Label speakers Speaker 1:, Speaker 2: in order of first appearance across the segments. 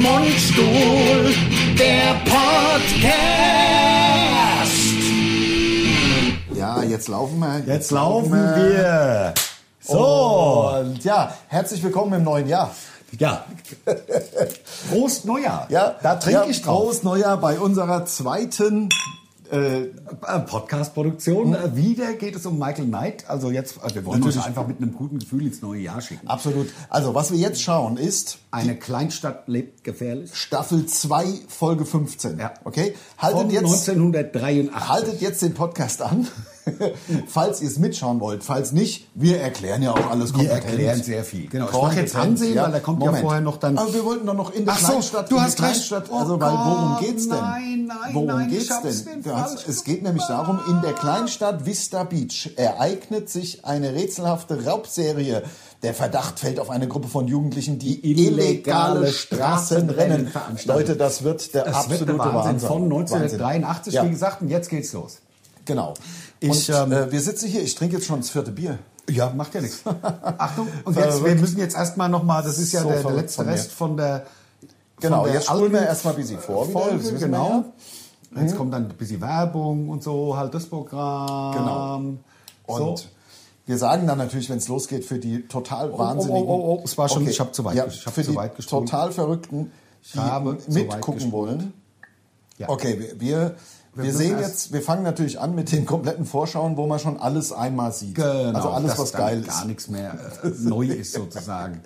Speaker 1: Mundstuhl, der Podcast.
Speaker 2: Ja, jetzt laufen wir.
Speaker 1: Jetzt laufen wir. So,
Speaker 2: So. Und ja, herzlich willkommen im neuen Jahr.
Speaker 1: Oh. ja. Prost Neujahr.
Speaker 2: Ja,
Speaker 1: da trinke
Speaker 2: ja,
Speaker 1: ich drauf.
Speaker 2: Frohes Neujahr bei unserer zweiten. Äh,
Speaker 1: Äh, Podcast-Produktion. Äh, Wieder geht es um Michael Knight. Also jetzt, äh, wir wollen uns
Speaker 2: Hm. Natürlich.
Speaker 1: einfach mit einem guten Gefühl ins neue Jahr schicken.
Speaker 2: absolut. Also, was wir jetzt schauen ist
Speaker 1: Eine Kleinstadt lebt gefährlich.
Speaker 2: Staffel 2, Folge 15.
Speaker 1: Ja.
Speaker 2: Okay?
Speaker 1: Von
Speaker 2: Haltet jetzt, Halt.
Speaker 1: 1983.
Speaker 2: haltet jetzt den Podcast an, falls ihr es mitschauen wollt. Falls nicht, wir erklären ja auch alles
Speaker 1: Wir
Speaker 2: kompetent.
Speaker 1: erklären sehr viel. Genau, ich
Speaker 2: Kompetent,
Speaker 1: mache jetzt Ansehen,
Speaker 2: ja.
Speaker 1: weil da kommt ja
Speaker 2: Moment.
Speaker 1: vorher noch dann...
Speaker 2: Aber wir wollten doch noch in die
Speaker 1: Ach so,
Speaker 2: Kleinstadt.
Speaker 1: du
Speaker 2: in die
Speaker 1: hast recht.
Speaker 2: Kleinstadt.
Speaker 1: Oh
Speaker 2: Also, weil worum
Speaker 1: Gott,
Speaker 2: geht's denn?
Speaker 1: nein, nein,
Speaker 2: worum
Speaker 1: nein, ich
Speaker 2: geht's
Speaker 1: hab's den
Speaker 2: denn? Du
Speaker 1: falsch
Speaker 2: hast, es geht nämlich darum, in der Kleinstadt Vista Beach ereignet sich eine rätselhafte Raubserie. Der Verdacht fällt auf eine Gruppe von Jugendlichen, die illegale Straßenrennen
Speaker 1: veranstalten.
Speaker 2: Leute, das wird der
Speaker 1: Es wird
Speaker 2: absolute
Speaker 1: der Wahnsinn.
Speaker 2: Wahnsinn.
Speaker 1: Von 1983,
Speaker 2: Wahnsinn.
Speaker 1: wie gesagt, und jetzt geht's los.
Speaker 2: Ja, genau.
Speaker 1: Ich, ähm,
Speaker 2: Und äh, wir sitzen hier, ich trinke jetzt schon das vierte Bier.
Speaker 1: Ja, macht ja nichts. Achtung, und jetzt, wir müssen jetzt erstmal nochmal, das ist ja
Speaker 2: So
Speaker 1: der, der
Speaker 2: verrückt
Speaker 1: letzte
Speaker 2: von mir.
Speaker 1: Rest von der.
Speaker 2: Genau,
Speaker 1: der
Speaker 2: jetzt spulen wir
Speaker 1: alten
Speaker 2: erstmal ein bisschen vor wieder,
Speaker 1: Folge,
Speaker 2: das wissen wir
Speaker 1: genau. Jetzt kommt dann ein bisschen Werbung und so, halt das Programm.
Speaker 2: Genau.
Speaker 1: so.
Speaker 2: Und wir sagen dann natürlich, wenn es losgeht, für die total wahnsinnigen.
Speaker 1: oh, oh, oh, es war schon- ich hab zu weit
Speaker 2: ja,
Speaker 1: gesch- ich hab
Speaker 2: für
Speaker 1: zu
Speaker 2: die
Speaker 1: weit gestrungen.
Speaker 2: total Verrückten, die
Speaker 1: habe zu weit
Speaker 2: mitgucken
Speaker 1: gestrungen.
Speaker 2: wollen.
Speaker 1: Ja.
Speaker 2: Okay, wir, wir, wir,
Speaker 1: müssen
Speaker 2: sehen
Speaker 1: erst-
Speaker 2: jetzt, wir fangen natürlich an mit den kompletten Vorschauen, wo man schon alles einmal sieht.
Speaker 1: Genau,
Speaker 2: also alles,
Speaker 1: dass
Speaker 2: was
Speaker 1: dann
Speaker 2: geil
Speaker 1: Gar
Speaker 2: ist.
Speaker 1: nichts mehr äh, neu ist sozusagen.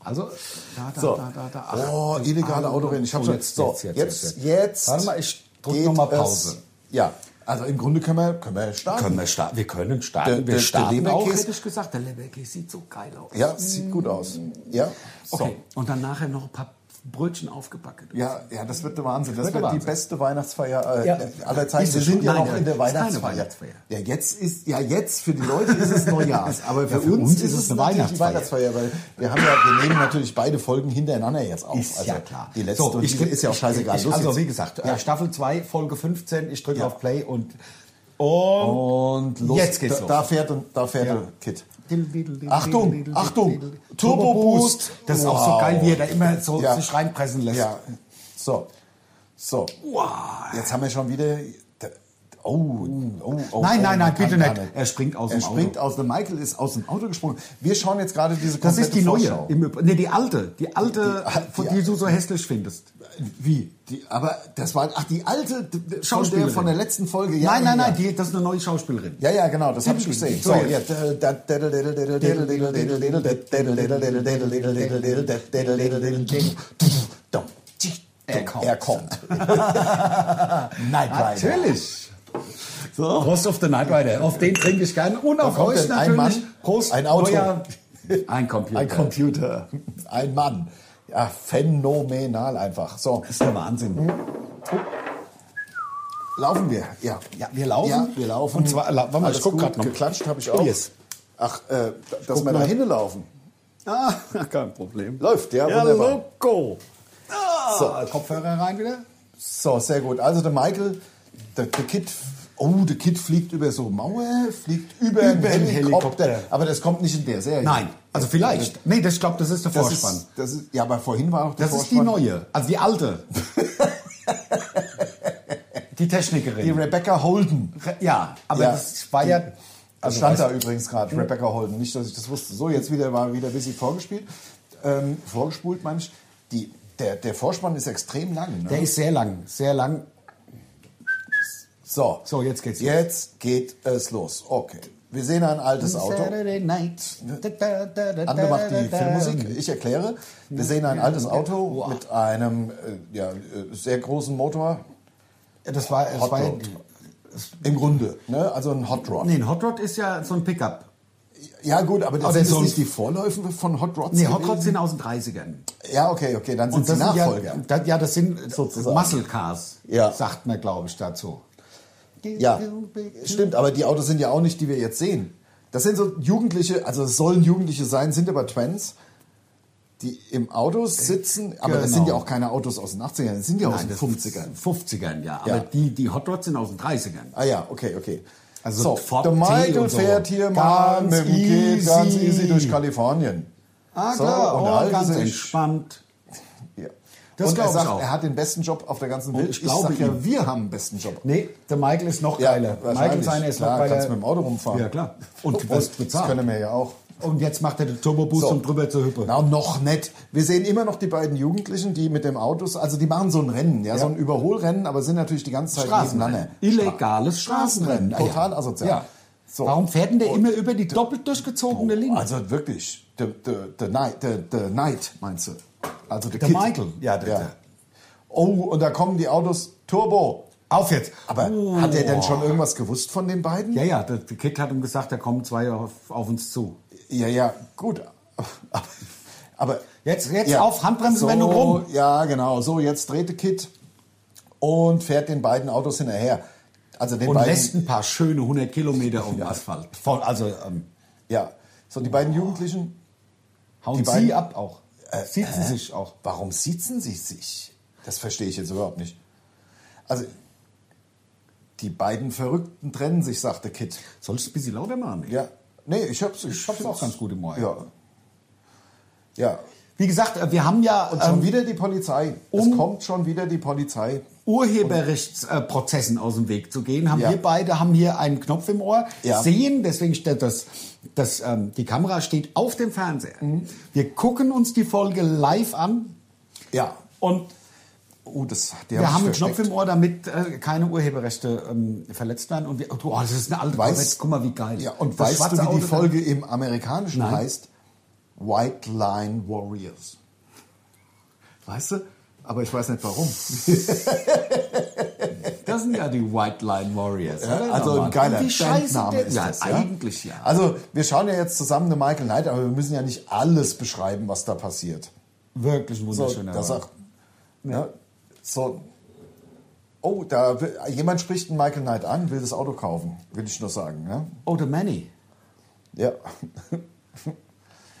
Speaker 1: Also, da, da,
Speaker 2: So.
Speaker 1: da, da, da. ach,
Speaker 2: Oh,
Speaker 1: das
Speaker 2: illegale
Speaker 1: arme-
Speaker 2: Autorennen. Ich habe
Speaker 1: So,
Speaker 2: schon
Speaker 1: jetzt,
Speaker 2: so,
Speaker 1: jetzt, jetzt, jetzt, jetzt.
Speaker 2: jetzt
Speaker 1: Warte mal, ich drücke
Speaker 2: geht
Speaker 1: nochmal
Speaker 2: es-
Speaker 1: Pause.
Speaker 2: Ja, also im Grunde können wir, können wir starten.
Speaker 1: Können wir starten? Wir können starten.
Speaker 2: Der-
Speaker 1: wir
Speaker 2: der- der
Speaker 1: starten auch,
Speaker 2: Leberkäse-
Speaker 1: hätte ich gesagt. Der Leberkäse sieht so geil aus.
Speaker 2: Ja, sieht gut aus. Ja. So.
Speaker 1: Okay, und dann nachher noch ein paar Brötchen aufgebacken.
Speaker 2: Ja, ja, das wird der Wahnsinn. Das
Speaker 1: Wird
Speaker 2: wird,
Speaker 1: der
Speaker 2: die
Speaker 1: Wahnsinn.
Speaker 2: beste Weihnachtsfeier äh,
Speaker 1: Ja.
Speaker 2: aller Zeiten.
Speaker 1: Ist
Speaker 2: Wir
Speaker 1: es
Speaker 2: sind
Speaker 1: schon?
Speaker 2: ja
Speaker 1: Nein,
Speaker 2: noch
Speaker 1: nein,
Speaker 2: in der
Speaker 1: ist keine
Speaker 2: Weihnachtsfeier.
Speaker 1: Weihnachtsfeier.
Speaker 2: Ja, jetzt ist ja jetzt für die Leute ist es Neujahr, aber für,
Speaker 1: Ja, für
Speaker 2: uns,
Speaker 1: uns
Speaker 2: ist es eine Weihnachtsfeier. Weihnachtsfeier, weil wir haben ja wir nehmen natürlich beide Folgen hintereinander jetzt auf. Also
Speaker 1: Ist ja klar.
Speaker 2: Die letzte und diese
Speaker 1: drück-
Speaker 2: ist ja auch
Speaker 1: ich-
Speaker 2: scheißegal.
Speaker 1: Ich,
Speaker 2: Los
Speaker 1: also
Speaker 2: jetzt.
Speaker 1: wie gesagt, äh,
Speaker 2: ja.
Speaker 1: Staffel 2, Folge 15. Ich drücke
Speaker 2: Ja.
Speaker 1: auf Play und... Und...
Speaker 2: und los.
Speaker 1: Jetzt geht's
Speaker 2: da,
Speaker 1: los.
Speaker 2: Da fährt ein- da fährt
Speaker 1: Ja.
Speaker 2: ein Kit.
Speaker 1: Achtung, Achtung, Turbo Boost. Das ist auch so
Speaker 2: Wow.
Speaker 1: geil, wie er da immer so
Speaker 2: Ja.
Speaker 1: sich reinpressen lässt.
Speaker 2: Ja. So. So.
Speaker 1: Wow.
Speaker 2: Jetzt haben wir schon wieder. Oh, oh, oh,
Speaker 1: Nein,
Speaker 2: oh,
Speaker 1: nein, nein,
Speaker 2: man kann
Speaker 1: bitte
Speaker 2: gar
Speaker 1: nicht. Er springt aus
Speaker 2: er
Speaker 1: dem Auto.
Speaker 2: springt aus dem Michael ist aus dem Auto gesprungen. Wir schauen jetzt gerade diese
Speaker 1: Das ist die
Speaker 2: komplette
Speaker 1: neue. Im Übrigen- Nee, die alte. Die alte,
Speaker 2: Die- die-
Speaker 1: von
Speaker 2: die-
Speaker 1: die, du so hässlich findest.
Speaker 2: Wie? Die, aber das war ach die alte d- d- von der
Speaker 1: Schauspielerin.
Speaker 2: von der letzten Folge.
Speaker 1: nein, nein, nein,
Speaker 2: ja.
Speaker 1: die, das ist eine neue Schauspielerin.
Speaker 2: Ja, ja, genau, das habe ich gesehen. So,
Speaker 1: So,
Speaker 2: ja.
Speaker 1: jetzt.
Speaker 2: Er kommt. Er kommt. Nein,
Speaker 1: Natürlich. So. Prost auf den Night Rider. Auf den trinke ich gerne. Und auf
Speaker 2: kommt
Speaker 1: euch
Speaker 2: denn ein
Speaker 1: natürlich.
Speaker 2: Mann,
Speaker 1: Prost.
Speaker 2: ein Auto.
Speaker 1: Euer- Ein Computer.
Speaker 2: Ein Computer. Ein Mann. Ja, phänomenal einfach. So,
Speaker 1: Das ist der Wahnsinn.
Speaker 2: laufen wir. Ja,
Speaker 1: Ja, wir laufen.
Speaker 2: Ja, wir laufen.
Speaker 1: Und zwar, la- warte mal, ich
Speaker 2: Alles
Speaker 1: guck
Speaker 2: gut.
Speaker 1: grad noch.
Speaker 2: Geklatscht habe ich auch.
Speaker 1: Oh, yes.
Speaker 2: Ach, äh, dass wir
Speaker 1: mal.
Speaker 2: da hinlaufen.
Speaker 1: Ah, kein Problem.
Speaker 2: Läuft, ja,
Speaker 1: Ja,
Speaker 2: wunderbar.
Speaker 1: loco. Ah, Kopfhörer rein wieder.
Speaker 2: So, sehr gut. Also der Michael, der, der Kid, oh, der Kid fliegt über so Mauer, fliegt über, einen
Speaker 1: Über einen
Speaker 2: Helikopter.
Speaker 1: Helikopter.
Speaker 2: Aber das kommt nicht in der Serie.
Speaker 1: Nein, also vielleicht. Nee, das, ich glaube, das ist der
Speaker 2: Das
Speaker 1: Vorspann.
Speaker 2: ist, das ist, ja, aber vorhin war auch der
Speaker 1: Das ist die
Speaker 2: Vorspann.
Speaker 1: neue, also die alte. die Technikerin.
Speaker 2: Die Rebecca Holden.
Speaker 1: Re- ja, aber
Speaker 2: Ja,
Speaker 1: das war ja. Hm?
Speaker 2: Also stand da übrigens gerade, Rebecca Holden. Nicht, dass ich das wusste. So, jetzt wieder war wieder ein bisschen vorgespielt. Ähm, vorgespult, meine ich. Die, der, der Vorspann ist extrem lang. Ne?
Speaker 1: Der ist sehr lang, sehr lang.
Speaker 2: So.
Speaker 1: So, jetzt geht's los.
Speaker 2: Jetzt geht es los. Okay. Wir sehen ein altes Auto.
Speaker 1: Saturday night.
Speaker 2: Angemacht die Filmmusik. Ich erkläre. Wir sehen ein altes Auto mit einem äh, ja, äh, sehr großen Motor.
Speaker 1: Ja, Das war, das
Speaker 2: Hot
Speaker 1: war
Speaker 2: Rod. Im Grunde. Ne? Also ein Hot Rod.
Speaker 1: nee, ein Hot Rod ist ja so ein Pickup.
Speaker 2: Ja gut, aber das
Speaker 1: Aber
Speaker 2: sind
Speaker 1: so ein-
Speaker 2: nicht die Vorläufe von Hot Rods
Speaker 1: Nee, Hot
Speaker 2: gewesen?
Speaker 1: Rods sind aus den 30ern.
Speaker 2: Ja, okay, okay. Dann sind
Speaker 1: Und
Speaker 2: die
Speaker 1: Also das sind ja,
Speaker 2: Nachfolger.
Speaker 1: da, ja, das sind
Speaker 2: Sozusagen.
Speaker 1: Muscle Cars,
Speaker 2: Ja.
Speaker 1: sagt man, glaube ich, dazu.
Speaker 2: Ja, stimmt, aber die Autos sind ja auch nicht, die wir jetzt sehen. Das sind so Jugendliche, also es sollen Jugendliche sein, sind aber Twins, die im Auto sitzen, aber das
Speaker 1: Genau.
Speaker 2: sind ja auch keine Autos aus den 80ern, das sind ja aus
Speaker 1: Nein,
Speaker 2: den
Speaker 1: das-
Speaker 2: 50ern.
Speaker 1: 50ern, ja. Aber
Speaker 2: Ja.
Speaker 1: Die, die Hot Rods sind aus den 30ern.
Speaker 2: Ah ja, okay, okay.
Speaker 1: Also
Speaker 2: so,
Speaker 1: Ford
Speaker 2: der
Speaker 1: T
Speaker 2: Michael
Speaker 1: und so.
Speaker 2: fährt hier mal
Speaker 1: Ganz
Speaker 2: mit dem Kind ganz
Speaker 1: easy.
Speaker 2: easy durch Kalifornien.
Speaker 1: Ah,
Speaker 2: So,
Speaker 1: klar, oh,
Speaker 2: unterhalten
Speaker 1: ganz
Speaker 2: sich.
Speaker 1: entspannt.
Speaker 2: Ja.
Speaker 1: Das
Speaker 2: und er
Speaker 1: glaub ich
Speaker 2: sagt,
Speaker 1: auch.
Speaker 2: er hat den besten Job auf der ganzen
Speaker 1: Und
Speaker 2: Welt.
Speaker 1: ich glaube
Speaker 2: sag ja,
Speaker 1: ihm.
Speaker 2: wir haben den besten Job.
Speaker 1: Nee, der Michael ist noch
Speaker 2: Ja,
Speaker 1: geiler. Michael
Speaker 2: wahrscheinlich.
Speaker 1: seiner ist
Speaker 2: Klar,
Speaker 1: noch geiler.
Speaker 2: kannst mit dem Auto rumfahren.
Speaker 1: Ja, klar. Und du
Speaker 2: Oh, das,
Speaker 1: wirst
Speaker 2: das
Speaker 1: bezahlt.
Speaker 2: können wir ja auch.
Speaker 1: Und jetzt macht er den Turbo-Boost,
Speaker 2: So.
Speaker 1: um drüber zu hüppen.
Speaker 2: Na, noch nett. Wir sehen immer noch die beiden Jugendlichen, die mit dem Autos, also die machen so ein Rennen, ja, so ein Überholrennen, aber sind natürlich die ganze Zeit nebeneinander.
Speaker 1: Illegales
Speaker 2: Straßenrennen,
Speaker 1: Ne, Straßenrennen.
Speaker 2: total asozial.
Speaker 1: Ja.
Speaker 2: So.
Speaker 1: Warum fährt denn der immer über die doppelt durchgezogene Linie?
Speaker 2: Also wirklich, der der- der Knight, der- der Knight meinst du? Also der
Speaker 1: Der
Speaker 2: Kid.
Speaker 1: Michael.
Speaker 2: Ja, der,
Speaker 1: Ja.
Speaker 2: der. Oh, und da kommen die Autos Turbo.
Speaker 1: Auf jetzt.
Speaker 2: Aber
Speaker 1: Oh.
Speaker 2: hat er denn schon irgendwas gewusst von den beiden?
Speaker 1: Ja, ja, der der Kid hat ihm gesagt, da kommen zwei auf, auf uns zu.
Speaker 2: ja, ja, gut. Aber, aber
Speaker 1: Jetzt- jetzt
Speaker 2: ja.
Speaker 1: auf, Handbremse, wenn du rum.
Speaker 2: Ja, genau. So, jetzt dreht der Kid und fährt den beiden Autos hinterher. Also den
Speaker 1: Und
Speaker 2: beiden.
Speaker 1: lässt ein paar schöne 100 Kilometer auf dem Asphalt. Voll, also ähm,
Speaker 2: ja. So, die beiden Jugendlichen.
Speaker 1: hauen
Speaker 2: Die
Speaker 1: sie
Speaker 2: beiden-
Speaker 1: ab auch.
Speaker 2: Äh,
Speaker 1: Sieht sie sich auch.
Speaker 2: Warum siezen sie sich? Das verstehe ich jetzt überhaupt nicht. Also, die beiden Verrückten trennen sich, sagte Kit.
Speaker 1: Soll ich es ein bisschen lauter machen?
Speaker 2: Ja. Nee, ich hab's, ich
Speaker 1: hab's auch ganz gut im Ohr,
Speaker 2: Ja. Ja.
Speaker 1: Wie gesagt, äh, wir haben ja
Speaker 2: Und
Speaker 1: ähm,
Speaker 2: schon wieder die Polizei. Es
Speaker 1: um-
Speaker 2: kommt schon wieder die Polizei.
Speaker 1: Urheberrechtsprozessen aus dem Weg zu gehen, haben
Speaker 2: Ja.
Speaker 1: wir beide haben hier einen Knopf im Ohr,
Speaker 2: Ja.
Speaker 1: sehen, deswegen steht das, das ähm, die Kamera steht auf dem Fernseher.
Speaker 2: Mhm.
Speaker 1: Wir gucken uns die Folge live an
Speaker 2: Ja.
Speaker 1: und
Speaker 2: Oh, das, die
Speaker 1: wir
Speaker 2: hab
Speaker 1: haben einen
Speaker 2: ich versteckt.
Speaker 1: Knopf im Ohr, damit äh, keine Urheberrechte ähm, verletzt werden. Und wir, oh, das ist eine alte
Speaker 2: Weißt-
Speaker 1: Corvette, guck mal, wie geil.
Speaker 2: Ja, und
Speaker 1: Das
Speaker 2: weißt
Speaker 1: schwarze
Speaker 2: du, wie
Speaker 1: Auto
Speaker 2: die
Speaker 1: da-
Speaker 2: Folge im Amerikanischen
Speaker 1: Nein.
Speaker 2: heißt? White Line Warriors. Weißt du? Aber ich weiß nicht warum.
Speaker 1: Das sind ja die White Line Warriors. oder?
Speaker 2: also ein
Speaker 1: Nochmal.
Speaker 2: geiler
Speaker 1: Und wie scheiße
Speaker 2: Bandname
Speaker 1: der-
Speaker 2: ist
Speaker 1: ja,
Speaker 2: das. Ja?
Speaker 1: Eigentlich ja.
Speaker 2: Also wir schauen ja jetzt zusammen eine Michael Knight, aber wir müssen ja nicht alles beschreiben, was da passiert.
Speaker 1: Wirklich ein
Speaker 2: So,
Speaker 1: wunderschöner
Speaker 2: da
Speaker 1: Wagen.
Speaker 2: sagt, ne, so, oh, da will, jemand spricht einen Michael Knight an, will das Auto kaufen, will ich nur sagen. Ne?
Speaker 1: Oh, der Manny.
Speaker 2: Ja,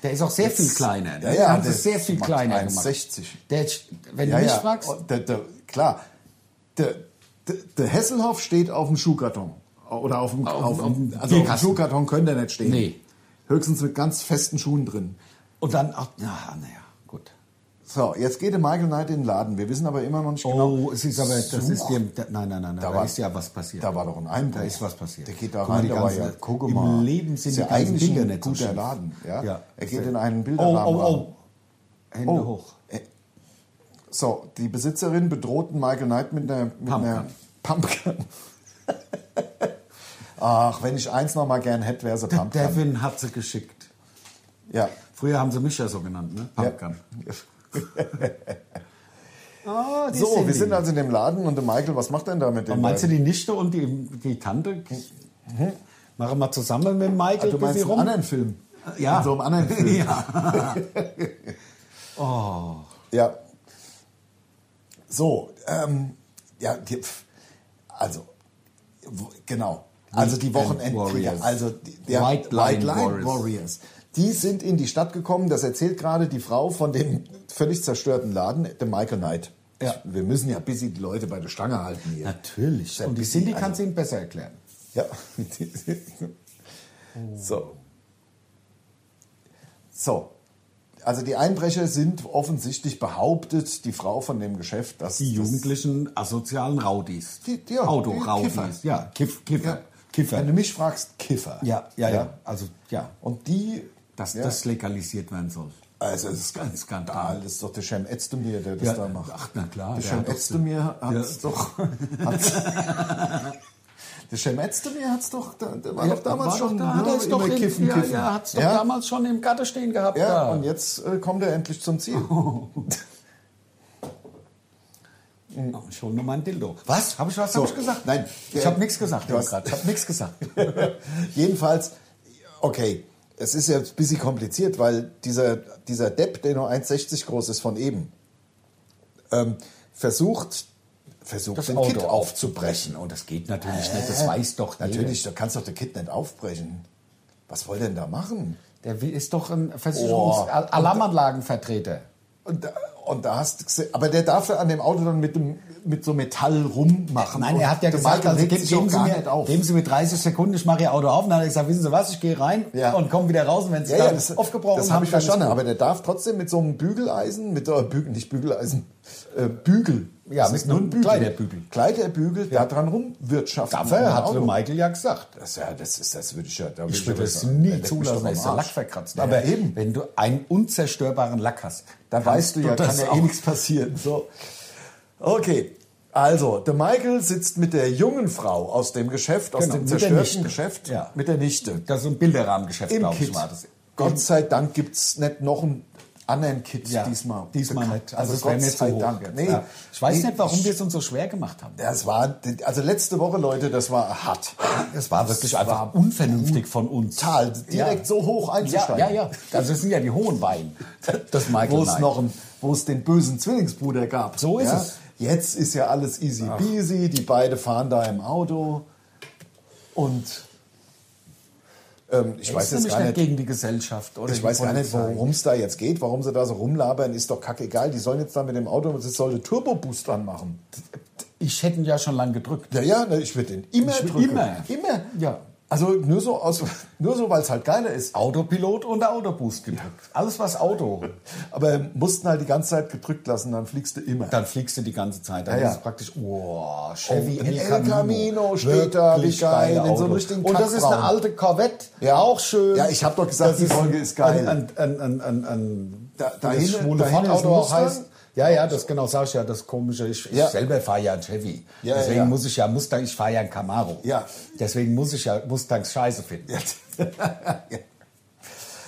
Speaker 1: Der ist auch sehr viel kleiner.
Speaker 2: ja,
Speaker 1: Ne?
Speaker 2: ja
Speaker 1: haben sie sehr viel
Speaker 2: macht
Speaker 1: kleiner gemacht.
Speaker 2: 1,60.
Speaker 1: Der, ist- wenn
Speaker 2: Ja,
Speaker 1: du mich
Speaker 2: ja.
Speaker 1: fragst,
Speaker 2: Und Der, der, klar, der, der, der Hesselhoff steht auf dem Schuhkarton. Oder auf dem, auf,
Speaker 1: auf
Speaker 2: dem,
Speaker 1: dem
Speaker 2: also auf dem
Speaker 1: Bierkasten.
Speaker 2: Schuhkarton könnte er nicht stehen.
Speaker 1: Nee.
Speaker 2: Höchstens mit ganz festen Schuhen drin.
Speaker 1: und dann auch, ja, naja, gut.
Speaker 2: So, jetzt geht der Michael Knight in den Laden. Wir wissen aber immer noch nicht genau.
Speaker 1: Oh, es ist aber, das ist dir, da, nein, nein, nein, da,
Speaker 2: war-
Speaker 1: ist ja was passiert.
Speaker 2: Da war doch ein Einbruch.
Speaker 1: Da ist was passiert.
Speaker 2: Der geht da
Speaker 1: Guck mal,
Speaker 2: rein,
Speaker 1: die
Speaker 2: da war
Speaker 1: ganzen-
Speaker 2: ja, guck
Speaker 1: im
Speaker 2: mal.
Speaker 1: Leben sind
Speaker 2: ist
Speaker 1: die
Speaker 2: ja
Speaker 1: ganzen
Speaker 2: eigentlich
Speaker 1: Dinger
Speaker 2: ein
Speaker 1: nicht so
Speaker 2: guter
Speaker 1: schief.
Speaker 2: Laden. Ja?
Speaker 1: Ja.
Speaker 2: Er geht in einen
Speaker 1: Oh,
Speaker 2: Bilderrahmen rein.
Speaker 1: oh, oh. Hände
Speaker 2: Oh.
Speaker 1: hoch.
Speaker 2: So, die Besitzerin bedroht einen Michael Knight mit einer, mit
Speaker 1: Pumpgun.
Speaker 2: einer Pumpgun. Ach, wenn ich eins noch mal gern hätte, wäre sie Pumpgun.
Speaker 1: Devin hat sie geschickt.
Speaker 2: Ja.
Speaker 1: Früher haben sie mich ja so genannt, ne? Pumpgun. Oh, die
Speaker 2: So, wir sind
Speaker 1: da.
Speaker 2: also in dem Laden und der Michael, was macht denn da mit dem?
Speaker 1: Meinst du, die Nichte und die, die Tante machen mal zusammen mit Michael
Speaker 2: du meinst
Speaker 1: bisschen
Speaker 2: einen
Speaker 1: rum?
Speaker 2: anderen Film?
Speaker 1: Ja.
Speaker 2: In so einem anderen Film.
Speaker 1: ja. Oh.
Speaker 2: Ja. So, ähm, ja, die, pf, also, wo- genau. Also die
Speaker 1: Weekend
Speaker 2: Wochenendkrieger,
Speaker 1: Warriors.
Speaker 2: also die ja,
Speaker 1: White Line
Speaker 2: Warriors.
Speaker 1: Warriors.
Speaker 2: Die sind in die Stadt gekommen, das erzählt gerade die Frau von dem völlig zerstörten Laden, dem Michael Knight.
Speaker 1: Ja.
Speaker 2: Wir müssen ja busy die Leute bei der Stange halten hier. also,
Speaker 1: Natürlich. Und die Cindy kann es Ihnen besser erklären.
Speaker 2: Ja. so. So. Also die Einbrecher sind offensichtlich behauptet, die Frau von dem Geschäft, dass
Speaker 1: Die jugendlichen asozialen Raudis.
Speaker 2: Die- ja, die Kiffer.
Speaker 1: Autoraudis. Ja, Kiff, Kiffer.
Speaker 2: Ja. Wenn du mich fragst, Kiffer.
Speaker 1: Ja, ja, ja. Also, ja.
Speaker 2: Und die.
Speaker 1: Dass
Speaker 2: ja,
Speaker 1: das legalisiert werden soll.
Speaker 2: Also, das ist
Speaker 1: ein
Speaker 2: ganz
Speaker 1: Skandal.
Speaker 2: Skandal. Das ist doch der Schem Özdemir, der das
Speaker 1: Ja,
Speaker 2: da macht.
Speaker 1: ach, na klar,
Speaker 2: Der
Speaker 1: der
Speaker 2: Schem
Speaker 1: hat doch-
Speaker 2: Özdemir hat es doch. Hat's, der Schem Özdemir hat es doch. Der, der war doch damals
Speaker 1: war
Speaker 2: schon.
Speaker 1: doch da, hat
Speaker 2: ne,
Speaker 1: er es
Speaker 2: immer
Speaker 1: doch im-
Speaker 2: kiffen,
Speaker 1: ja,
Speaker 2: kiffen.
Speaker 1: Ja, hat es doch damals schon im Gatter stehen gehabt.
Speaker 2: Ja,
Speaker 1: da.
Speaker 2: und jetzt äh, kommt er endlich zum Ziel.
Speaker 1: Oh, ich hole nur mein Dildo. Was? Habe ich was hab ich gesagt?
Speaker 2: Nein,
Speaker 1: ich
Speaker 2: der-
Speaker 1: habe nichts gesagt.
Speaker 2: Du hast-
Speaker 1: Demokrat. Ich habe nichts gesagt.
Speaker 2: Jedenfalls, okay, es ist jetzt ein bisschen kompliziert, weil dieser, dieser Depp, der nur 1,60 groß ist von eben, ähm, versucht, versucht
Speaker 1: Das
Speaker 2: den
Speaker 1: Auto
Speaker 2: Kit aufzubrechen.
Speaker 1: Und das geht natürlich nicht. Das weiß doch jeder.
Speaker 2: Natürlich, du kannst doch den Kit nicht aufbrechen. Was wollt ihr denn da machen?
Speaker 1: Der will- ist doch ein
Speaker 2: Oh.
Speaker 1: Versicherungs-Alarmanlagenvertreter.
Speaker 2: Und, da- Und da hast du gesehen, aber der darf ja an dem Auto dann mit, dem, mit so Metall rummachen.
Speaker 1: Nein,
Speaker 2: Und
Speaker 1: er hat ja
Speaker 2: der
Speaker 1: gesagt,
Speaker 2: Michael
Speaker 1: also
Speaker 2: regt
Speaker 1: geben, geben,
Speaker 2: sich auch
Speaker 1: Sie
Speaker 2: gar
Speaker 1: mir,
Speaker 2: nicht auf.
Speaker 1: geben Sie mir 30 Sekunden, ich mache Ihr Auto auf. Und dann hat er gesagt, wissen Sie was, ich gehe rein
Speaker 2: Ja.
Speaker 1: und komme wieder raus. Und wenn Sie
Speaker 2: ja, ja,
Speaker 1: dann
Speaker 2: das,
Speaker 1: aufgebrochen
Speaker 2: das
Speaker 1: haben,
Speaker 2: habe ich
Speaker 1: dann ist
Speaker 2: verstanden.
Speaker 1: gut.
Speaker 2: Aber der darf trotzdem mit so einem Bügeleisen, mit äh, Bügel, nicht Bügeleisen, äh, Bügel.
Speaker 1: Ja,
Speaker 2: Das
Speaker 1: mit
Speaker 2: ist nur
Speaker 1: einem Kleiderbügel.
Speaker 2: Kleiderbügel, da dran rumwirtschaften.
Speaker 1: Dafür
Speaker 2: Ohne
Speaker 1: hat
Speaker 2: Auto.
Speaker 1: Michael ja gesagt.
Speaker 2: Das, ja, das, ist, das würde ich ja. da würde
Speaker 1: Ich würde
Speaker 2: aber
Speaker 1: es
Speaker 2: sagen, der
Speaker 1: nie
Speaker 2: leckt mich doch
Speaker 1: zulassen,
Speaker 2: am
Speaker 1: dass der
Speaker 2: Arsch.
Speaker 1: Lack verkratzt.
Speaker 2: Ja,
Speaker 1: Aber
Speaker 2: eben.
Speaker 1: wenn du einen unzerstörbaren Lack hast,
Speaker 2: Da
Speaker 1: kannst
Speaker 2: weißt du ja, kann
Speaker 1: das
Speaker 2: ja
Speaker 1: auch.
Speaker 2: eh nichts passieren. So. Okay, also, der Michael sitzt mit der jungen Frau aus dem Geschäft, aus
Speaker 1: Genau,
Speaker 2: dem
Speaker 1: mit der
Speaker 2: zerstörten
Speaker 1: Nichte.
Speaker 2: Geschäft,
Speaker 1: Ja.
Speaker 2: mit der Nichte.
Speaker 1: Das ist so ein Bilderrahmengeschäft,
Speaker 2: Im
Speaker 1: glaube
Speaker 2: Kit.
Speaker 1: ich, war das.
Speaker 2: Gott sei Dank gibt es nicht noch einen anderen Kit
Speaker 1: Ja,
Speaker 2: diesmal.
Speaker 1: Diesmal
Speaker 2: Bekannt.
Speaker 1: nicht. Also, es wäre
Speaker 2: Gott
Speaker 1: mir
Speaker 2: sei
Speaker 1: zu hoch.
Speaker 2: Dank.
Speaker 1: jetzt.
Speaker 2: Nee,
Speaker 1: ja. Ich weiß
Speaker 2: nee,
Speaker 1: nicht, warum wir es uns so schwer gemacht haben.
Speaker 2: Das war, also letzte Woche, Leute, das war hart.
Speaker 1: Es war wirklich einfach unvernünftig von uns.
Speaker 2: Total, direkt so hoch
Speaker 1: Ja,
Speaker 2: einzusteigen.
Speaker 1: ja, ja. Also das sind ja die hohen Weine. Das Michael
Speaker 2: wo es
Speaker 1: Knight.
Speaker 2: noch ein, wo es den bösen Zwillingsbruder gab.
Speaker 1: So ist es.
Speaker 2: Jetzt ist ja alles easy peasy. Die beiden fahren da im Auto und ähm, ich weiß jetzt gar nicht.
Speaker 1: gegen die Gesellschaft oder
Speaker 2: Ich weiß gar nicht, worum es da jetzt geht, warum sie da so rumlabern, ist doch kackegal. Die sollen jetzt da mit dem Auto, sie sollte Turbo-Boost anmachen.
Speaker 1: Ich hätte ihn ja schon lange gedrückt.
Speaker 2: Ja, ja, ne, ich würde den immer
Speaker 1: Ich würd
Speaker 2: drücken.
Speaker 1: immer.
Speaker 2: Immer.
Speaker 1: Ja.
Speaker 2: Also nur so, aus- nur so weil es halt geiler ist.
Speaker 1: Autopilot und Autoboost gedrückt. Alles was Auto.
Speaker 2: Aber mussten halt die ganze Zeit gedrückt lassen, dann fliegst du immer.
Speaker 1: Dann fliegst du die ganze Zeit. Dann
Speaker 2: Ja, ja.
Speaker 1: ist es praktisch, oh, Chevy
Speaker 2: Oh, ein
Speaker 1: El,
Speaker 2: El
Speaker 1: Camino.
Speaker 2: Camino steht da, wie
Speaker 1: Wirklich
Speaker 2: geil,
Speaker 1: geile
Speaker 2: in so einem
Speaker 1: Autos.
Speaker 2: richtigen
Speaker 1: Und das ist eine
Speaker 2: Kackbraun.
Speaker 1: alte Corvette,
Speaker 2: Ja.
Speaker 1: auch schön.
Speaker 2: Ja, ich hab doch gesagt, die Folge ist geil.
Speaker 1: Ein, ein, ein, ein, ein,
Speaker 2: Da-
Speaker 1: wie
Speaker 2: dahin-
Speaker 1: das schwule
Speaker 2: dahin ist
Speaker 1: Frontauto auch
Speaker 2: Mustang.
Speaker 1: heißt. Ja, ja, das genau, sag ich ja, das komische. Ich,
Speaker 2: Ja.
Speaker 1: ich selber fahre ja ein Chevy.
Speaker 2: Ja, ja,
Speaker 1: Deswegen
Speaker 2: ja.
Speaker 1: muss ich ja Mustang, ich fahre ja ein Camaro.
Speaker 2: Ja.
Speaker 1: Deswegen muss ich ja Mustangs scheiße finden.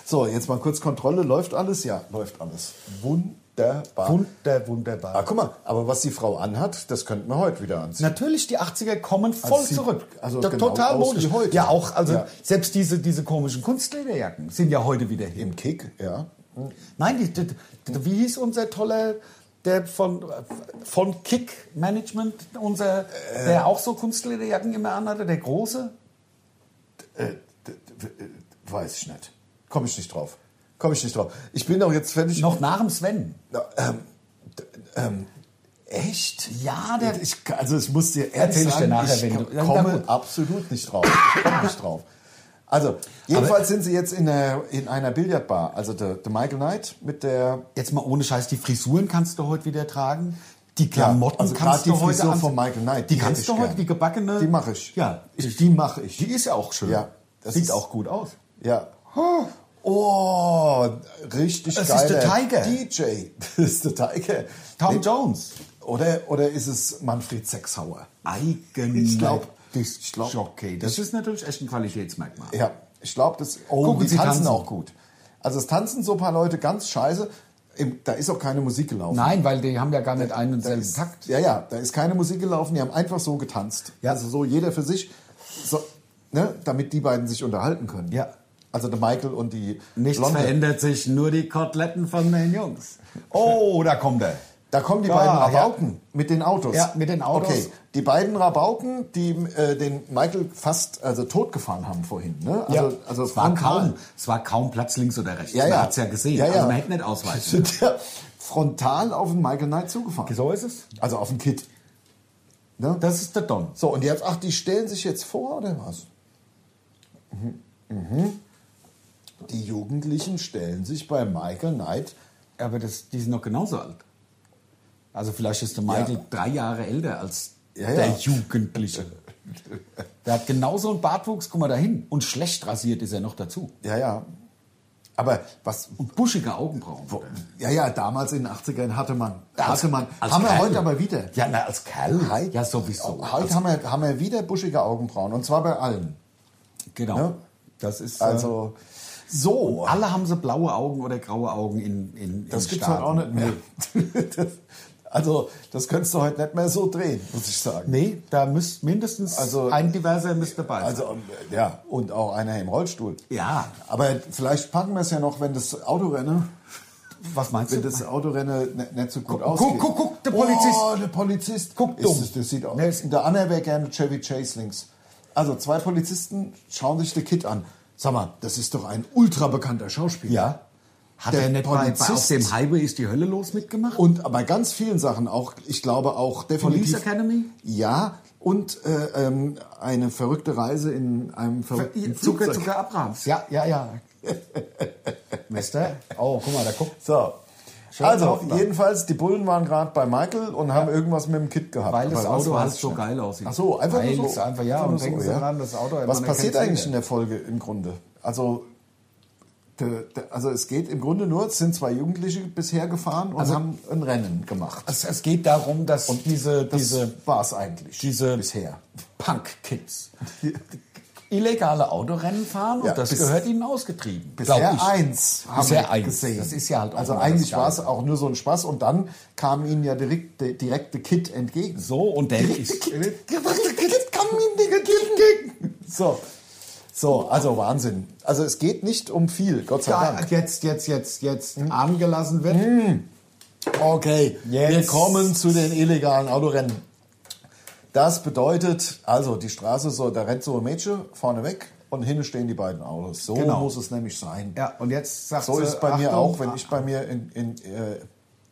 Speaker 2: So, jetzt mal kurz Kontrolle. Läuft alles? Ja, läuft alles. Wunderbar.
Speaker 1: Wunder, wunderbar.
Speaker 2: ah, guck mal, aber was die Frau anhat, das könnten wir heute wieder anziehen.
Speaker 1: Natürlich, die 80er kommen voll
Speaker 2: sieht
Speaker 1: zurück.
Speaker 2: also
Speaker 1: To-
Speaker 2: genau
Speaker 1: total
Speaker 2: aus
Speaker 1: modisch.
Speaker 2: wie heute.
Speaker 1: Ja, auch, also
Speaker 2: Ja.
Speaker 1: selbst diese, diese komischen Kunstlederjacken sind ja heute wieder hin.
Speaker 2: Im Kick, ja.
Speaker 1: Nein, die, die, die, wie hieß unser toller, der von, von Kick Management, unser, der auch so Kunstlederjacken immer anhatte, der Große?
Speaker 2: Äh, d- d- äh, weiß ich nicht. Komme ich nicht drauf. Komme ich nicht drauf. Ich bin doch jetzt fertig.
Speaker 1: Noch nach dem Sven.
Speaker 2: Na, Ähm, d- ähm, echt?
Speaker 1: Ja, der-
Speaker 2: Ich, also ich muss dir ehrlich
Speaker 1: Erzähl ich dir
Speaker 2: sagen,
Speaker 1: nachher,
Speaker 2: ich
Speaker 1: wenn
Speaker 2: k-
Speaker 1: du- Ja, na
Speaker 2: komme
Speaker 1: gut.
Speaker 2: absolut nicht drauf. Ich komme nicht drauf. Also, jedenfalls sind sie jetzt in, der, in einer Billardbar. Also der, der Michael Knight mit der...
Speaker 1: Jetzt mal ohne Scheiß, die Frisuren kannst du heute wieder tragen. Die Klamotten
Speaker 2: also gerade
Speaker 1: kannst du
Speaker 2: die
Speaker 1: heute
Speaker 2: Frisur
Speaker 1: anziehen.
Speaker 2: von Michael Knight,
Speaker 1: Die,
Speaker 2: die hätte
Speaker 1: kannst
Speaker 2: ich
Speaker 1: du heute,
Speaker 2: gern.
Speaker 1: die gebackene.
Speaker 2: Die mache ich.
Speaker 1: Ja,
Speaker 2: ich, die mache ich.
Speaker 1: die ist ja auch schön.
Speaker 2: Ja, das
Speaker 1: Sieht
Speaker 2: ist-
Speaker 1: auch gut aus.
Speaker 2: Ja. Oh, richtig
Speaker 1: Es ist
Speaker 2: geiler
Speaker 1: der Tiger.
Speaker 2: DJ. Das ist der Tiger.
Speaker 1: Tom
Speaker 2: Nee,
Speaker 1: Jones.
Speaker 2: Oder, oder ist es Manfred Sechshauer?
Speaker 1: Eigen.
Speaker 2: Ich glaub-
Speaker 1: ich
Speaker 2: glaub-
Speaker 1: Okay, das Genau. ist natürlich echt ein Qualitätsmerkmal.
Speaker 2: Ja, ich glaube, das. Oh,
Speaker 1: Gucken,
Speaker 2: die
Speaker 1: sie
Speaker 2: tanzen,
Speaker 1: tanzen.
Speaker 2: auch gut. Also es tanzen so ein paar Leute ganz scheiße. Im- Da ist auch keine Musik gelaufen.
Speaker 1: Nein, weil die haben ja gar nicht einen und
Speaker 2: Da
Speaker 1: selben
Speaker 2: ist-
Speaker 1: Takt.
Speaker 2: Ja, ja, da ist keine Musik gelaufen. Die haben einfach so getanzt.
Speaker 1: Ja.
Speaker 2: Also so jeder für sich, so, ne, damit die beiden sich unterhalten können.
Speaker 1: Ja.
Speaker 2: Also der Michael und die
Speaker 1: Nichts
Speaker 2: Blonde.
Speaker 1: verändert sich, nur die Koteletten von den Jungs. Oh, da kommt er.
Speaker 2: Da kommen die
Speaker 1: Ja,
Speaker 2: beiden
Speaker 1: Ah, ja.
Speaker 2: Rabauken mit den Autos.
Speaker 1: Ja, mit den Autos.
Speaker 2: Okay, die beiden Rabauken, die äh, den Michael fast also totgefahren haben vorhin. Ne? Also, also
Speaker 1: es, war
Speaker 2: frontal.
Speaker 1: kaum, es war kaum Platz links oder rechts.
Speaker 2: Ja,
Speaker 1: Man
Speaker 2: ja.
Speaker 1: hat es ja gesehen.
Speaker 2: Ja, ja.
Speaker 1: Also man hätte nicht ausweichen.
Speaker 2: sind ja frontal auf den Michael Knight zugefahren.
Speaker 1: So ist es.
Speaker 2: Also auf den Kid. Ne?
Speaker 1: Das ist der Don.
Speaker 2: So, und jetzt, ach, die stellen sich jetzt vor, oder was? Mhm. Mhm. Die Jugendlichen stellen sich bei Michael Knight.
Speaker 1: Aber das, die sind noch genauso alt. Also vielleicht ist der Michael
Speaker 2: Ja.
Speaker 1: drei Jahre älter als
Speaker 2: Ja, ja.
Speaker 1: der Jugendliche. der hat genauso einen Bartwuchs, guck mal dahin. Und schlecht rasiert ist er noch dazu.
Speaker 2: Ja, ja. Aber was.
Speaker 1: Und buschige Augenbrauen.
Speaker 2: Wo, ja, ja, damals in den 80ern hatte man.
Speaker 1: Als-
Speaker 2: Hatte man.
Speaker 1: als
Speaker 2: Haben wir
Speaker 1: Kerl.
Speaker 2: heute aber wieder.
Speaker 1: Ja, na, als Kerl.
Speaker 2: Heute-
Speaker 1: Ja, sowieso.
Speaker 2: Heute haben wir, haben wir wieder buschige Augenbrauen. Und zwar bei allen.
Speaker 1: Genau.
Speaker 2: Ja.
Speaker 1: Das ist. Also,
Speaker 2: Also. So.
Speaker 1: alle haben sie blaue Augen oder graue Augen in, in
Speaker 2: Das
Speaker 1: in
Speaker 2: gibt's
Speaker 1: Staaten.
Speaker 2: heute auch
Speaker 3: halt
Speaker 2: nicht mehr. das, also, das könntest du heute nicht mehr so drehen, muss ich sagen.
Speaker 1: Nee, da müsst mindestens
Speaker 2: Also-
Speaker 1: ein diverser müsste dabei sein.
Speaker 2: Also, ähm, ja, und auch einer im Rollstuhl.
Speaker 1: ja,
Speaker 2: Aber vielleicht packen wir es ja noch, wenn das Autorennen,
Speaker 1: was meinst
Speaker 2: wenn
Speaker 1: du?
Speaker 2: das Autorennen nicht, nicht so gut
Speaker 1: Guck,
Speaker 2: ausgeht.
Speaker 1: guck, guck, der Polizist.
Speaker 2: Oh, der Polizist.
Speaker 1: Guck,
Speaker 2: ist,
Speaker 1: dumm.
Speaker 2: Das, das sieht aus.
Speaker 1: Nee, ist-
Speaker 2: der andere wäre gerne Chevy Chase links. Also, zwei Polizisten schauen sich den Kid an. Sag mal, das ist doch ein ultra bekannter Schauspieler.
Speaker 1: Ja.
Speaker 3: Hat
Speaker 2: der
Speaker 3: er nicht bei, bei auf
Speaker 2: Polizist-
Speaker 3: dem Highway ist die Hölle los mitgemacht?
Speaker 2: Und bei ganz vielen Sachen auch, ich glaube auch definitiv.
Speaker 3: Police Academy?
Speaker 2: Ja, und äh, ähm, eine verrückte Reise in einem verrückten
Speaker 3: Zucker,
Speaker 2: Flugzeug.
Speaker 3: Zucker Abrams.
Speaker 2: Ja, ja, ja.
Speaker 3: Mister. Oh, guck mal, da guckt.
Speaker 2: So.
Speaker 3: Schön
Speaker 2: also,
Speaker 3: draufbleiben.
Speaker 2: jedenfalls, die Bullen waren gerade bei Michael und haben irgendwas mit dem Kit gehabt.
Speaker 3: Weil das
Speaker 2: Aber was
Speaker 3: Auto
Speaker 2: weiß
Speaker 3: halt
Speaker 2: ich
Speaker 3: so
Speaker 2: nicht.
Speaker 3: geil aussieht.
Speaker 2: Ach so, einfach
Speaker 3: Weil
Speaker 2: nur
Speaker 3: es
Speaker 2: so.
Speaker 3: einfach, ja,
Speaker 2: einfach
Speaker 3: und
Speaker 2: nur
Speaker 3: denken Sie dran, das Auto,
Speaker 2: Was
Speaker 3: man
Speaker 2: passiert
Speaker 3: erkennt's
Speaker 2: eigentlich
Speaker 3: wieder.
Speaker 2: in der Folge im Grunde? Also, de, de, also es geht im Grunde nur, es sind zwei Jugendliche bisher gefahren
Speaker 3: Also
Speaker 2: und haben ein Rennen gemacht.
Speaker 3: Es, es geht darum, dass diese, Also diese,
Speaker 2: das war es eigentlich
Speaker 3: diese
Speaker 2: bisher.
Speaker 3: Punk-Kids illegale Autorennen fahren
Speaker 2: Ja,
Speaker 3: und das
Speaker 2: bis-
Speaker 3: gehört ihnen ausgetrieben.
Speaker 2: Bisher
Speaker 3: glaub ich.
Speaker 2: eins haben
Speaker 3: Bisher
Speaker 2: wir
Speaker 3: eins.
Speaker 2: gesehen.
Speaker 3: Das ist ja halt auch
Speaker 2: also
Speaker 3: mal
Speaker 2: eigentlich
Speaker 3: das
Speaker 2: war es auch nur so ein Spaß und dann kam ihnen ja direkt der direkte Kit entgegen.
Speaker 3: So, und der ist.
Speaker 2: Direkte Kit kam ihnen direkt entgegen. So. So, also Wahnsinn. Also es geht nicht um viel, Gott sei
Speaker 1: Ja,
Speaker 2: Dank.
Speaker 1: jetzt, jetzt, jetzt, jetzt angelassen wird.
Speaker 3: also
Speaker 2: Okay,
Speaker 3: Jetzt.
Speaker 2: wir kommen zu den illegalen Autorennen. Das bedeutet, also die Straße soll, da rennt so ein Mädchen vorne weg und hinten stehen die beiden Autos. So
Speaker 1: Genau.
Speaker 2: muss es nämlich sein.
Speaker 1: Ja, und jetzt sagt
Speaker 2: So
Speaker 3: also
Speaker 1: sie,
Speaker 2: ist es bei mir
Speaker 1: Achtung,
Speaker 3: ah.
Speaker 2: auch, wenn ich bei mir in, in äh,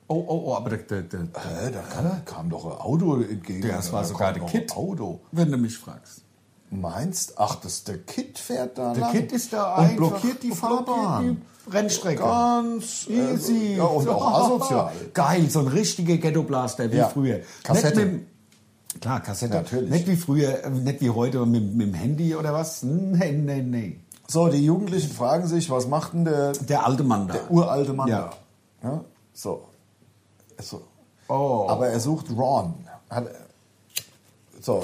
Speaker 3: Oh, oh, oh, aber der, der, der,
Speaker 2: Hä, Äh, da kam, kam doch ein Auto entgegen.
Speaker 3: Das war
Speaker 2: Da
Speaker 3: sogar
Speaker 2: kommt
Speaker 3: der
Speaker 2: noch ein
Speaker 3: Kid.
Speaker 2: Auto.
Speaker 3: wenn du mich fragst.
Speaker 2: Meinst? Ach, das der Kid fährt da
Speaker 1: Der
Speaker 2: lang.
Speaker 1: Kid ist da
Speaker 2: und
Speaker 1: einfach
Speaker 2: blockiert die
Speaker 1: und
Speaker 2: Fahrbahn.
Speaker 1: die Rennstrecke.
Speaker 2: Ganz äh,
Speaker 3: Easy.
Speaker 2: Ja, und auch asozial.
Speaker 3: Geil, so ein richtiger Ghetto-Blaster wie
Speaker 2: Ja.
Speaker 3: früher.
Speaker 2: Kassette.
Speaker 3: Nicht mit, dem- klar, Kassette.
Speaker 2: Natürlich.
Speaker 3: Nicht wie früher, äh, nicht wie heute mit, mit dem Handy oder was. Hm, Nee, nee, nee.
Speaker 2: So, die Jugendlichen fragen sich, was macht denn der
Speaker 3: Der alte Mann da.
Speaker 2: uralte Mann
Speaker 3: Ja.
Speaker 2: da? Ja, so. so.
Speaker 3: Oh.
Speaker 2: Aber er sucht Ron. Hat, so.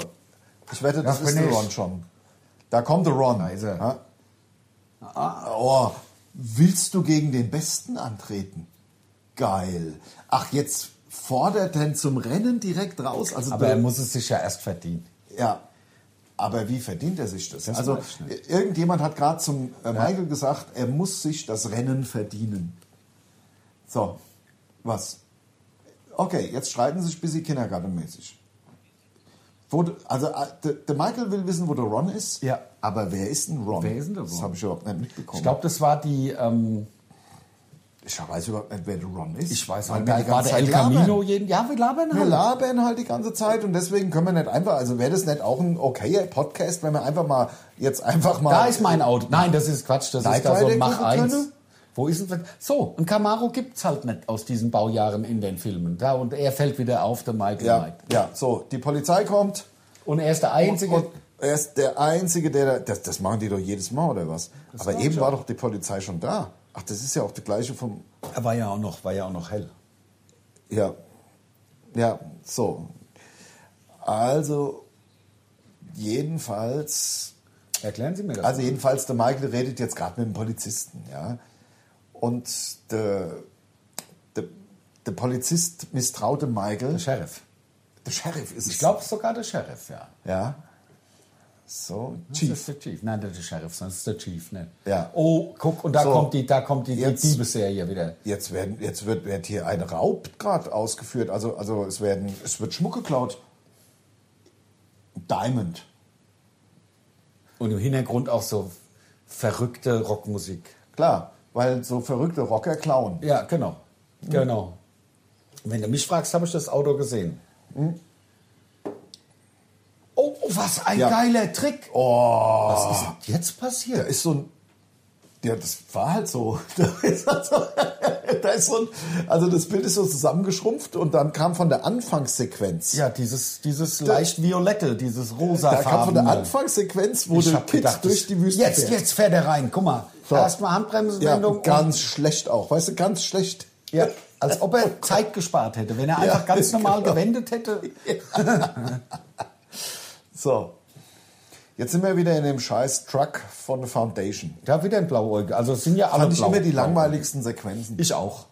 Speaker 2: Ich wette, das,
Speaker 3: Das
Speaker 2: ist
Speaker 3: bin
Speaker 2: der
Speaker 3: ich.
Speaker 2: Ron schon. Da kommt der Ron.
Speaker 3: Da ist er.
Speaker 2: Ja. Oh, willst du gegen den Besten antreten? Geil. Ach, jetzt fordert denn zum Rennen direkt raus. Also
Speaker 3: aber
Speaker 2: der-
Speaker 3: er muss es sich ja erst verdienen.
Speaker 2: ja. Aber wie verdient er sich das? also
Speaker 3: weiß ich
Speaker 2: irgendjemand hat gerade zum äh, Michael gesagt, er muss sich das Rennen verdienen. So, was? Okay, jetzt streiten sich ein bisschen kindergartenmäßig. Wo, d- also äh, der der Michael will wissen, wo der Ron ist.
Speaker 3: Ja.
Speaker 2: Aber wer ist denn Ron?
Speaker 3: Wer ist denn der
Speaker 2: Das
Speaker 3: Ron?
Speaker 2: habe ich überhaupt nicht mitbekommen.
Speaker 3: Ich glaube, das war die. Ähm,
Speaker 2: ich weiß überhaupt nicht, wer der Ron ist.
Speaker 3: ich weiß
Speaker 2: Weil
Speaker 3: nicht,
Speaker 2: wir
Speaker 3: mehr,
Speaker 2: die
Speaker 3: war
Speaker 2: ganze
Speaker 3: der El
Speaker 2: Zeit labern.
Speaker 3: Camino jeden. Ja, wir labern
Speaker 2: Wir
Speaker 3: halt.
Speaker 2: labern halt die ganze Zeit und deswegen können wir nicht einfach, also wäre das nicht auch ein okayer Podcast, wenn wir einfach mal jetzt einfach mal.
Speaker 3: Da ist mein Auto. Nein, das ist Quatsch. Das
Speaker 2: Knight
Speaker 3: ist da so
Speaker 2: Rider
Speaker 3: ein Mach
Speaker 2: gucken
Speaker 3: 1.
Speaker 2: können?
Speaker 3: Wo ist denn So, ein Camaro gibt's halt nicht aus diesen Baujahren in den Filmen. Da, und er fällt wieder auf, der Michael
Speaker 2: Ja,
Speaker 3: Knight.
Speaker 2: ja, so, die Polizei kommt
Speaker 3: Und er ist der
Speaker 2: und,
Speaker 3: Einzige.
Speaker 2: und er ist der Einzige, der da. Das, das machen die doch jedes Mal, oder was? Aber eben war doch die Polizei schon da. Ach, das ist ja auch die gleiche vom.
Speaker 3: er war ja auch noch, war ja auch noch hell.
Speaker 2: Ja. Ja, so. Also, jedenfalls
Speaker 3: Erklären Sie mir das.
Speaker 2: Also jedenfalls, der Michael redet jetzt gerade mit dem Polizisten, ja. Und der, der, der Polizist misstraut dem Michael.
Speaker 3: der Sheriff.
Speaker 2: Der Sheriff ist
Speaker 3: Ich glaube sogar der Sheriff, ja.
Speaker 2: es. Ja. So,
Speaker 3: Das
Speaker 2: Chief.
Speaker 3: ist der Chief. Nein, der der Sheriff, sonst ist der Chief, ne?
Speaker 2: Ja.
Speaker 3: Oh, guck, und da
Speaker 2: So.
Speaker 3: kommt die, da kommt die, die
Speaker 2: Jetzt-
Speaker 3: Diebesserie wieder.
Speaker 2: Jetzt, werden, jetzt wird, wird hier ein Raub gerade ausgeführt. Also, also es, werden, es wird Schmuck geklaut. Diamond.
Speaker 3: Und im Hintergrund auch so verrückte Rockmusik.
Speaker 2: Klar, weil so verrückte Rocker klauen.
Speaker 3: Ja, genau. Genau. Wenn du mich fragst, habe ich das Auto gesehen. Oh, oh, was ein
Speaker 2: Ja.
Speaker 3: geiler Trick.
Speaker 2: Oh,
Speaker 3: Was ist denn jetzt
Speaker 2: da
Speaker 3: passiert?
Speaker 2: ist so ein. Ja, das war halt so. Da ist, halt so, da ist so ein, also das Bild ist so zusammengeschrumpft und dann kam von der Anfangssequenz.
Speaker 3: Ja, dieses, dieses leicht violette, dieses rosa
Speaker 2: da kam von der Anfangssequenz, wo der Kid durch die Wüste
Speaker 3: Jetzt,
Speaker 2: fährt.
Speaker 3: jetzt fährt er rein. Guck mal.
Speaker 2: So.
Speaker 3: Erstmal
Speaker 2: Ja,
Speaker 3: Handbremsenwendung.
Speaker 2: ganz schlecht auch. Weißt du, ganz schlecht.
Speaker 3: und, um. ja, Oh. als ob er Zeit gespart hätte. Wenn er einfach ganz normal
Speaker 2: genau.
Speaker 3: gewendet hätte.
Speaker 2: So. Jetzt sind wir wieder in dem scheiß Truck von der Foundation.
Speaker 3: Da wieder ein Blauäugel. Also es sind ja alle
Speaker 2: Fand ich
Speaker 3: blau-
Speaker 2: immer die
Speaker 3: blau-
Speaker 2: langweiligsten Sequenzen.
Speaker 3: Ich auch.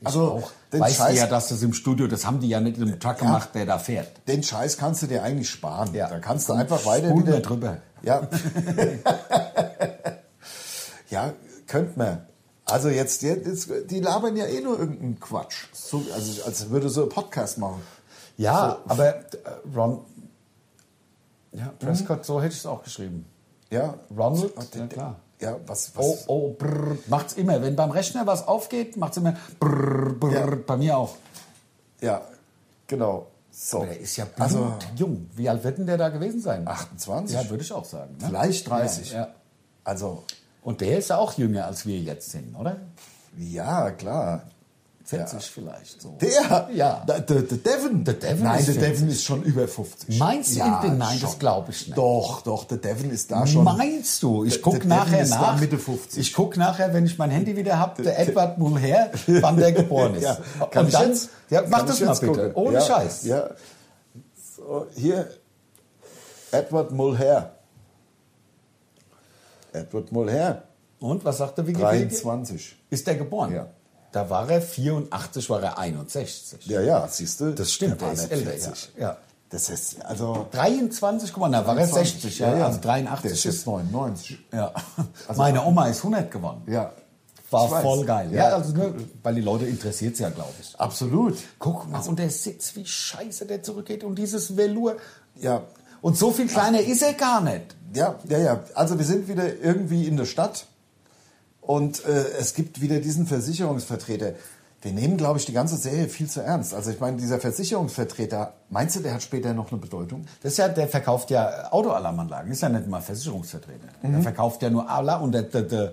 Speaker 3: Ich
Speaker 2: Also,
Speaker 3: auch.
Speaker 2: den
Speaker 3: Weißt du
Speaker 2: Scheiß-
Speaker 3: ja, dass das im Studio, das haben die ja nicht im Truck gemacht, der da fährt.
Speaker 2: Den Scheiß kannst du dir eigentlich sparen.
Speaker 3: Ja.
Speaker 2: Da kannst du einfach weiter
Speaker 3: Spulen
Speaker 2: wieder
Speaker 3: wir drüber.
Speaker 2: Ja. ja, könnte man. Also jetzt, jetzt, die labern ja eh nur irgendeinen Quatsch. So, also als würde so ein Podcast machen.
Speaker 3: Ja, aber äh, Ron. Hm? Ja, Prescott, so hätte ich es auch geschrieben.
Speaker 2: Ja.
Speaker 3: Ronald,
Speaker 2: Und
Speaker 3: na klar.
Speaker 2: Ja, was, was?
Speaker 3: Oh, oh, brrr. Macht's immer. Wenn beim Rechner was aufgeht, macht's immer brrr, brrr,
Speaker 2: Ja.
Speaker 3: bei mir auch.
Speaker 2: Ja, genau. So.
Speaker 3: Aber der ist ja
Speaker 2: also,
Speaker 3: jung. Wie alt wird denn der da gewesen sein?
Speaker 2: 28?
Speaker 3: Ja, würde ich auch sagen. Ne?
Speaker 2: Vielleicht 30.
Speaker 3: Ja, ja.
Speaker 2: Also,
Speaker 3: Und der ist ja auch jünger, als wir jetzt sind, oder?
Speaker 2: ja, klar.
Speaker 3: 40 vielleicht so.
Speaker 2: Der?
Speaker 3: Ja.
Speaker 2: Der, der, der Devon? Der
Speaker 3: Devon
Speaker 2: Nein,
Speaker 3: ist
Speaker 2: der
Speaker 3: 40.
Speaker 2: Devon ist schon über 50.
Speaker 3: Meinst du? Nein, das
Speaker 2: schon.
Speaker 3: glaub ich nicht.
Speaker 2: Doch, doch, der Devon ist da schon.
Speaker 3: Meinst du? Ich
Speaker 2: Der-
Speaker 3: gucke
Speaker 2: der
Speaker 3: nachher
Speaker 2: Devin ist
Speaker 3: nach.
Speaker 2: dann Mitte 50.
Speaker 3: Ich gucke nachher, wenn ich mein Handy wieder habe, der Edward Mulher, wann der geboren ist.
Speaker 2: Ja, kann
Speaker 3: Und
Speaker 2: ich
Speaker 3: dann,
Speaker 2: jetzt?
Speaker 3: ja, mach
Speaker 2: Kann
Speaker 3: das
Speaker 2: ich
Speaker 3: mal
Speaker 2: jetzt
Speaker 3: bitte.
Speaker 2: gucken?
Speaker 3: Ohne
Speaker 2: ja,
Speaker 3: Scheiß.
Speaker 2: Ja. So, hier, Edward Mulher. Edward Mulher,
Speaker 3: Und was sagt der Wikipedia?
Speaker 2: 23.
Speaker 3: Ist der geboren?
Speaker 2: Ja.
Speaker 3: Da war er 84, war er 61.
Speaker 2: Ja, ja, siehst du?
Speaker 3: Das stimmt,
Speaker 2: der
Speaker 3: der
Speaker 2: war
Speaker 3: ist
Speaker 2: nicht
Speaker 3: älter.
Speaker 2: 40.
Speaker 3: Ja. Ja.
Speaker 2: Das ist, also...
Speaker 3: 23, guck mal, da war er 60, ja, also
Speaker 2: Der
Speaker 3: 83
Speaker 2: ist
Speaker 3: ist.
Speaker 2: jetzt 99.
Speaker 3: Ja.
Speaker 2: Also
Speaker 3: Meine Oma ist 100 geworden.
Speaker 2: Ja. Ich
Speaker 3: War
Speaker 2: weiß.
Speaker 3: voll geil. Ja,
Speaker 2: Ja.
Speaker 3: also, ne, weil die Leute interessiert es ja, glaube ich.
Speaker 2: Absolut.
Speaker 3: Guck mal, und der Sitz, wie scheiße der zurückgeht und dieses Velour.
Speaker 2: Ja,
Speaker 3: Und so viel kleiner ist er gar nicht.
Speaker 2: Ja, ja, ja. Also wir sind wieder irgendwie in der Stadt und äh, es gibt wieder diesen Versicherungsvertreter. Wir nehmen, glaube ich, die ganze Serie viel zu ernst. Also ich meine, dieser Versicherungsvertreter, meinst du, der hat später noch eine Bedeutung?
Speaker 3: Das ist ja, der verkauft ja Autoalarmanlagen, ist ja nicht mal Versicherungsvertreter. Der verkauft ja nur Ala und der, der, der,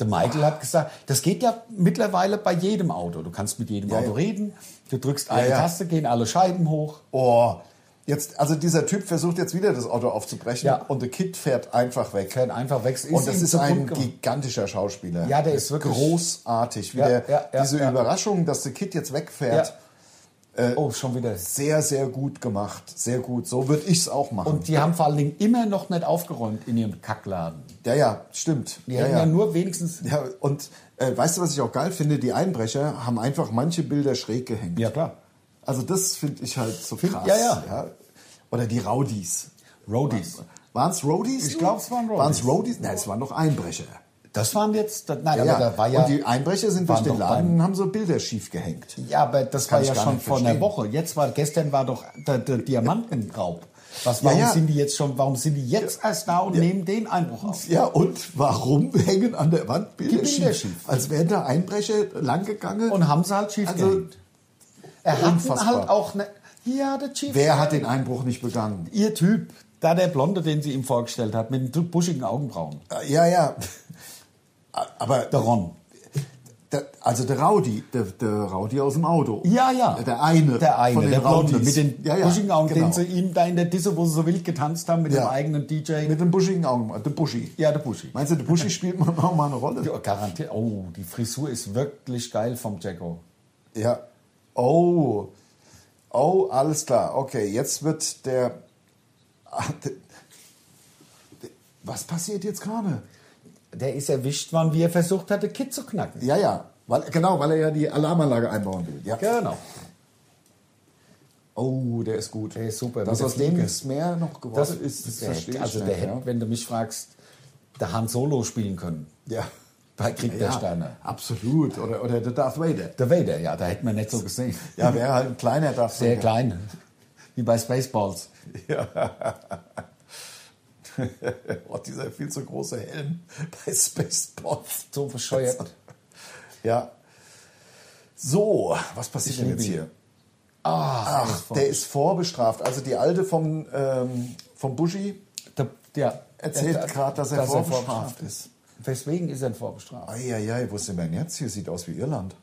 Speaker 3: der Michael hat gesagt, das geht ja mittlerweile bei jedem Auto. Du kannst mit jedem
Speaker 2: Ja,
Speaker 3: Auto
Speaker 2: ja.
Speaker 3: reden, du drückst eine
Speaker 2: ja.
Speaker 3: Taste, gehen alle Scheiben hoch.
Speaker 2: Oh, jetzt, also dieser Typ versucht jetzt wieder das Auto aufzubrechen
Speaker 3: Ja.
Speaker 2: und der Kid fährt einfach weg.
Speaker 3: Fährt einfach weg. Ist
Speaker 2: und das
Speaker 3: ihm
Speaker 2: ist
Speaker 3: zu bunt
Speaker 2: ein
Speaker 3: gemacht.
Speaker 2: gigantischer Schauspieler.
Speaker 3: Ja, der ist wirklich-
Speaker 2: großartig. Wie
Speaker 3: Ja,
Speaker 2: der,
Speaker 3: ja, ja,
Speaker 2: diese
Speaker 3: ja.
Speaker 2: Überraschung, dass der Kid jetzt wegfährt,
Speaker 3: oh, schon wieder.
Speaker 2: sehr, sehr gut gemacht. Sehr gut. So würde ich es auch machen.
Speaker 3: Und die haben vor allen Dingen immer noch nicht aufgeräumt in ihrem Kackladen.
Speaker 2: ja, ja, stimmt.
Speaker 3: Die hätten ja, nur wenigstens.
Speaker 2: Ja, und äh, weißt du, was ich auch geil finde? Die Einbrecher haben einfach manche Bilder schräg gehängt.
Speaker 3: klar.
Speaker 2: Also das finde ich halt so
Speaker 3: Find-
Speaker 2: krass.
Speaker 3: ja, ja.
Speaker 2: Oder die Rowdies.
Speaker 3: Roadies.
Speaker 2: Waren es Rowdies?
Speaker 3: Ich glaub, es waren Rowdies.
Speaker 2: Waren es Rowdies? Nein, es waren doch Einbrecher.
Speaker 3: Das waren jetzt. Das, nein, aber da war ja.
Speaker 2: und die Einbrecher sind durch
Speaker 3: waren
Speaker 2: den
Speaker 3: doch
Speaker 2: Laden und haben so Bilder schief gehängt.
Speaker 3: Ja, aber das
Speaker 2: Kann
Speaker 3: war
Speaker 2: ich
Speaker 3: ja
Speaker 2: gar
Speaker 3: schon
Speaker 2: nicht
Speaker 3: vor einer
Speaker 2: verstehen.
Speaker 3: Woche. Jetzt war gestern war doch der, der Diamantenraub. Was, warum
Speaker 2: ja.
Speaker 3: sind die jetzt schon? Warum sind die jetzt erst da und nehmen den Einbruch auf?
Speaker 2: Ja, und warum hängen an der Wand Bilder,
Speaker 3: Die Bilder
Speaker 2: schief?
Speaker 3: schief.
Speaker 2: Als wären da Einbrecher langgegangen.
Speaker 3: Und haben sie halt schief
Speaker 2: Also,
Speaker 3: gehängt. Er hat
Speaker 2: unfassbar.
Speaker 3: halt auch ne, ja der Chief.
Speaker 2: Wer hat den Einbruch nicht begangen?
Speaker 3: Ihr Typ, da der Blonde, den sie ihm vorgestellt hat, mit den buschigen Augenbrauen.
Speaker 2: Äh, Ja, ja. Aber
Speaker 3: Der Ron.
Speaker 2: Der, also der Raudi, der, der Raudi aus dem Auto.
Speaker 3: Ja, ja.
Speaker 2: Der eine.
Speaker 3: Der eine,
Speaker 2: von den
Speaker 3: der Blonde.
Speaker 2: Raudis.
Speaker 3: Mit den
Speaker 2: Ja, ja,
Speaker 3: buschigen Augen,
Speaker 2: genau.
Speaker 3: den sie ihm da in der Disse, wo sie so wild getanzt haben, mit
Speaker 2: Ja.
Speaker 3: dem eigenen DJ.
Speaker 2: Mit den buschigen Augen, äh, der Buschi.
Speaker 3: ja, der Buschi.
Speaker 2: Meinst du, der Buschi spielt mal- auch mal eine Rolle?
Speaker 3: Ja, garantiert. Oh, die Frisur ist wirklich geil vom Jacko.
Speaker 2: Ja. Oh. Oh, alles klar. Okay, jetzt wird der... Ah, der- der- Was passiert jetzt gerade?
Speaker 3: Der ist erwischt worden, wie er versucht hatte, Kit zu knacken.
Speaker 2: Ja, ja. Weil, genau, weil er ja die Alarmanlage einbauen will. Ja.
Speaker 3: Genau.
Speaker 2: Oh, der ist gut.
Speaker 3: Der ist super.
Speaker 2: Dass
Speaker 3: Mit
Speaker 2: aus
Speaker 3: der
Speaker 2: dem
Speaker 3: Fliege.
Speaker 2: nichts mehr noch geworden
Speaker 3: Das
Speaker 2: ist, das
Speaker 3: ist der
Speaker 2: verstehe
Speaker 3: hätte,
Speaker 2: ich
Speaker 3: also
Speaker 2: nicht.
Speaker 3: der hätte, wenn du mich fragst, der Han Solo spielen können.
Speaker 2: ja. ja.
Speaker 3: Bei Krieg der Sterne.
Speaker 2: Absolut. Oder, oder der Darth Vader.
Speaker 3: Der Vader, ja, da hätte man nicht so gesehen.
Speaker 2: Ja, wäre halt ein kleiner Darth
Speaker 3: Sehr
Speaker 2: Vader.
Speaker 3: klein. Wie bei Spaceballs.
Speaker 2: Oh, dieser viel zu große Helm bei Spaceballs.
Speaker 3: So bescheuert.
Speaker 2: Ja. So, was passiert
Speaker 3: Ich
Speaker 2: denn
Speaker 3: liebe
Speaker 2: jetzt
Speaker 3: ihn.
Speaker 2: hier?
Speaker 3: Ah,
Speaker 2: Ach, der ist vorbestraft. Also die Alte vom, ähm, vom Buschi
Speaker 3: der, der,
Speaker 2: erzählt
Speaker 3: der-
Speaker 2: gerade, dass er vorbestraft ist.
Speaker 3: Weswegen ist er vorbestraft?
Speaker 2: Eieiei, wo sind wir denn jetzt? Hier sieht aus wie Irland.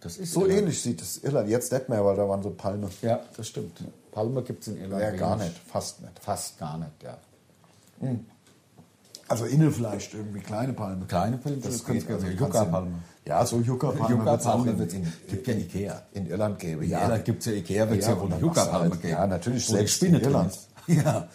Speaker 3: Das ist
Speaker 2: So
Speaker 3: Irland.
Speaker 2: ähnlich sieht es Irland. Jetzt nicht mehr, weil da waren so Palmen.
Speaker 3: Ja, das stimmt. Palme gibt es in Irland.
Speaker 2: Ja, gar
Speaker 3: wenig.
Speaker 2: nicht. Fast nicht.
Speaker 3: Fast gar nicht, ja.
Speaker 2: Also Innenfleisch, irgendwie kleine Palme.
Speaker 3: Kleine Palme,
Speaker 2: das
Speaker 3: das kannst
Speaker 2: geht
Speaker 3: du-
Speaker 2: also
Speaker 3: Yucca-Palme.
Speaker 2: Ja, so Yucca-Palme.
Speaker 3: Yucca-Palme
Speaker 2: wird's auch
Speaker 3: wird's-
Speaker 2: in, in,
Speaker 3: gibt ja Ikea.
Speaker 2: In Irland gäbe,
Speaker 3: Ja, da gibt es ja Ikea, wenn es ja,
Speaker 2: Ja,
Speaker 3: wohl
Speaker 2: und
Speaker 3: eine
Speaker 2: dann machst du
Speaker 3: Yucca-Palme
Speaker 2: halt-
Speaker 3: gibt.
Speaker 2: ja, natürlich,
Speaker 3: Wo die
Speaker 2: selbst
Speaker 3: Spinne
Speaker 2: in
Speaker 3: drin
Speaker 2: Irland.
Speaker 3: ist. Ja,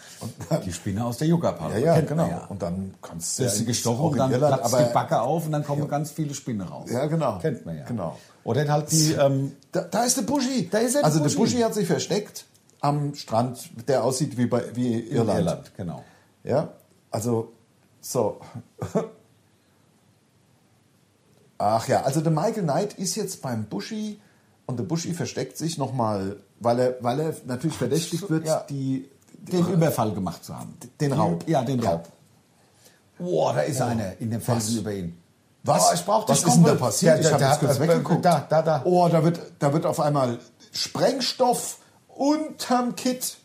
Speaker 3: die Spinne aus der Yucca-Palme.
Speaker 2: Ja, ja,
Speaker 3: kennt man
Speaker 2: genau.
Speaker 3: Ja.
Speaker 2: Und dann kannst du
Speaker 3: Ist sie
Speaker 2: ja in-
Speaker 3: gestochen
Speaker 2: auch
Speaker 3: und
Speaker 2: in
Speaker 3: dann
Speaker 2: Irland,
Speaker 3: platzt
Speaker 2: aber
Speaker 3: die Backe auf und dann kommen ganz viele Spinnen raus.
Speaker 2: Ja, genau.
Speaker 3: Kennt man ja.
Speaker 2: Genau.
Speaker 3: Oder halt die, ähm,
Speaker 2: Da, da ist der Buschi.
Speaker 3: Da ist er, der
Speaker 2: also
Speaker 3: Buschi.
Speaker 2: der Buschi hat sich versteckt am Strand, der aussieht wie bei wie
Speaker 3: in
Speaker 2: Irland.
Speaker 3: Irland, genau.
Speaker 2: Ja, also so. Ach ja, also der Michael Knight ist jetzt beim Buschi und der Buschi versteckt sich nochmal, weil er, weil er natürlich verdächtigt wird,
Speaker 3: ja.
Speaker 2: die,
Speaker 3: Den Überfall gemacht zu haben.
Speaker 2: den Raub. Oh,
Speaker 3: Ja, den Raub.
Speaker 1: Boah, da ist einer in dem Felsen über ihn.
Speaker 2: Was?
Speaker 1: Oh, ich brauch
Speaker 2: Was
Speaker 1: dich
Speaker 2: ist denn da
Speaker 1: Kumpel.
Speaker 2: passiert?
Speaker 1: Der,
Speaker 2: Ich
Speaker 1: der,
Speaker 2: hab
Speaker 1: der
Speaker 2: jetzt kurz
Speaker 1: hat- äh,
Speaker 2: weggeguckt.
Speaker 1: Da, da, da.
Speaker 2: Oh, da wird, da wird auf einmal Sprengstoff unterm Kit.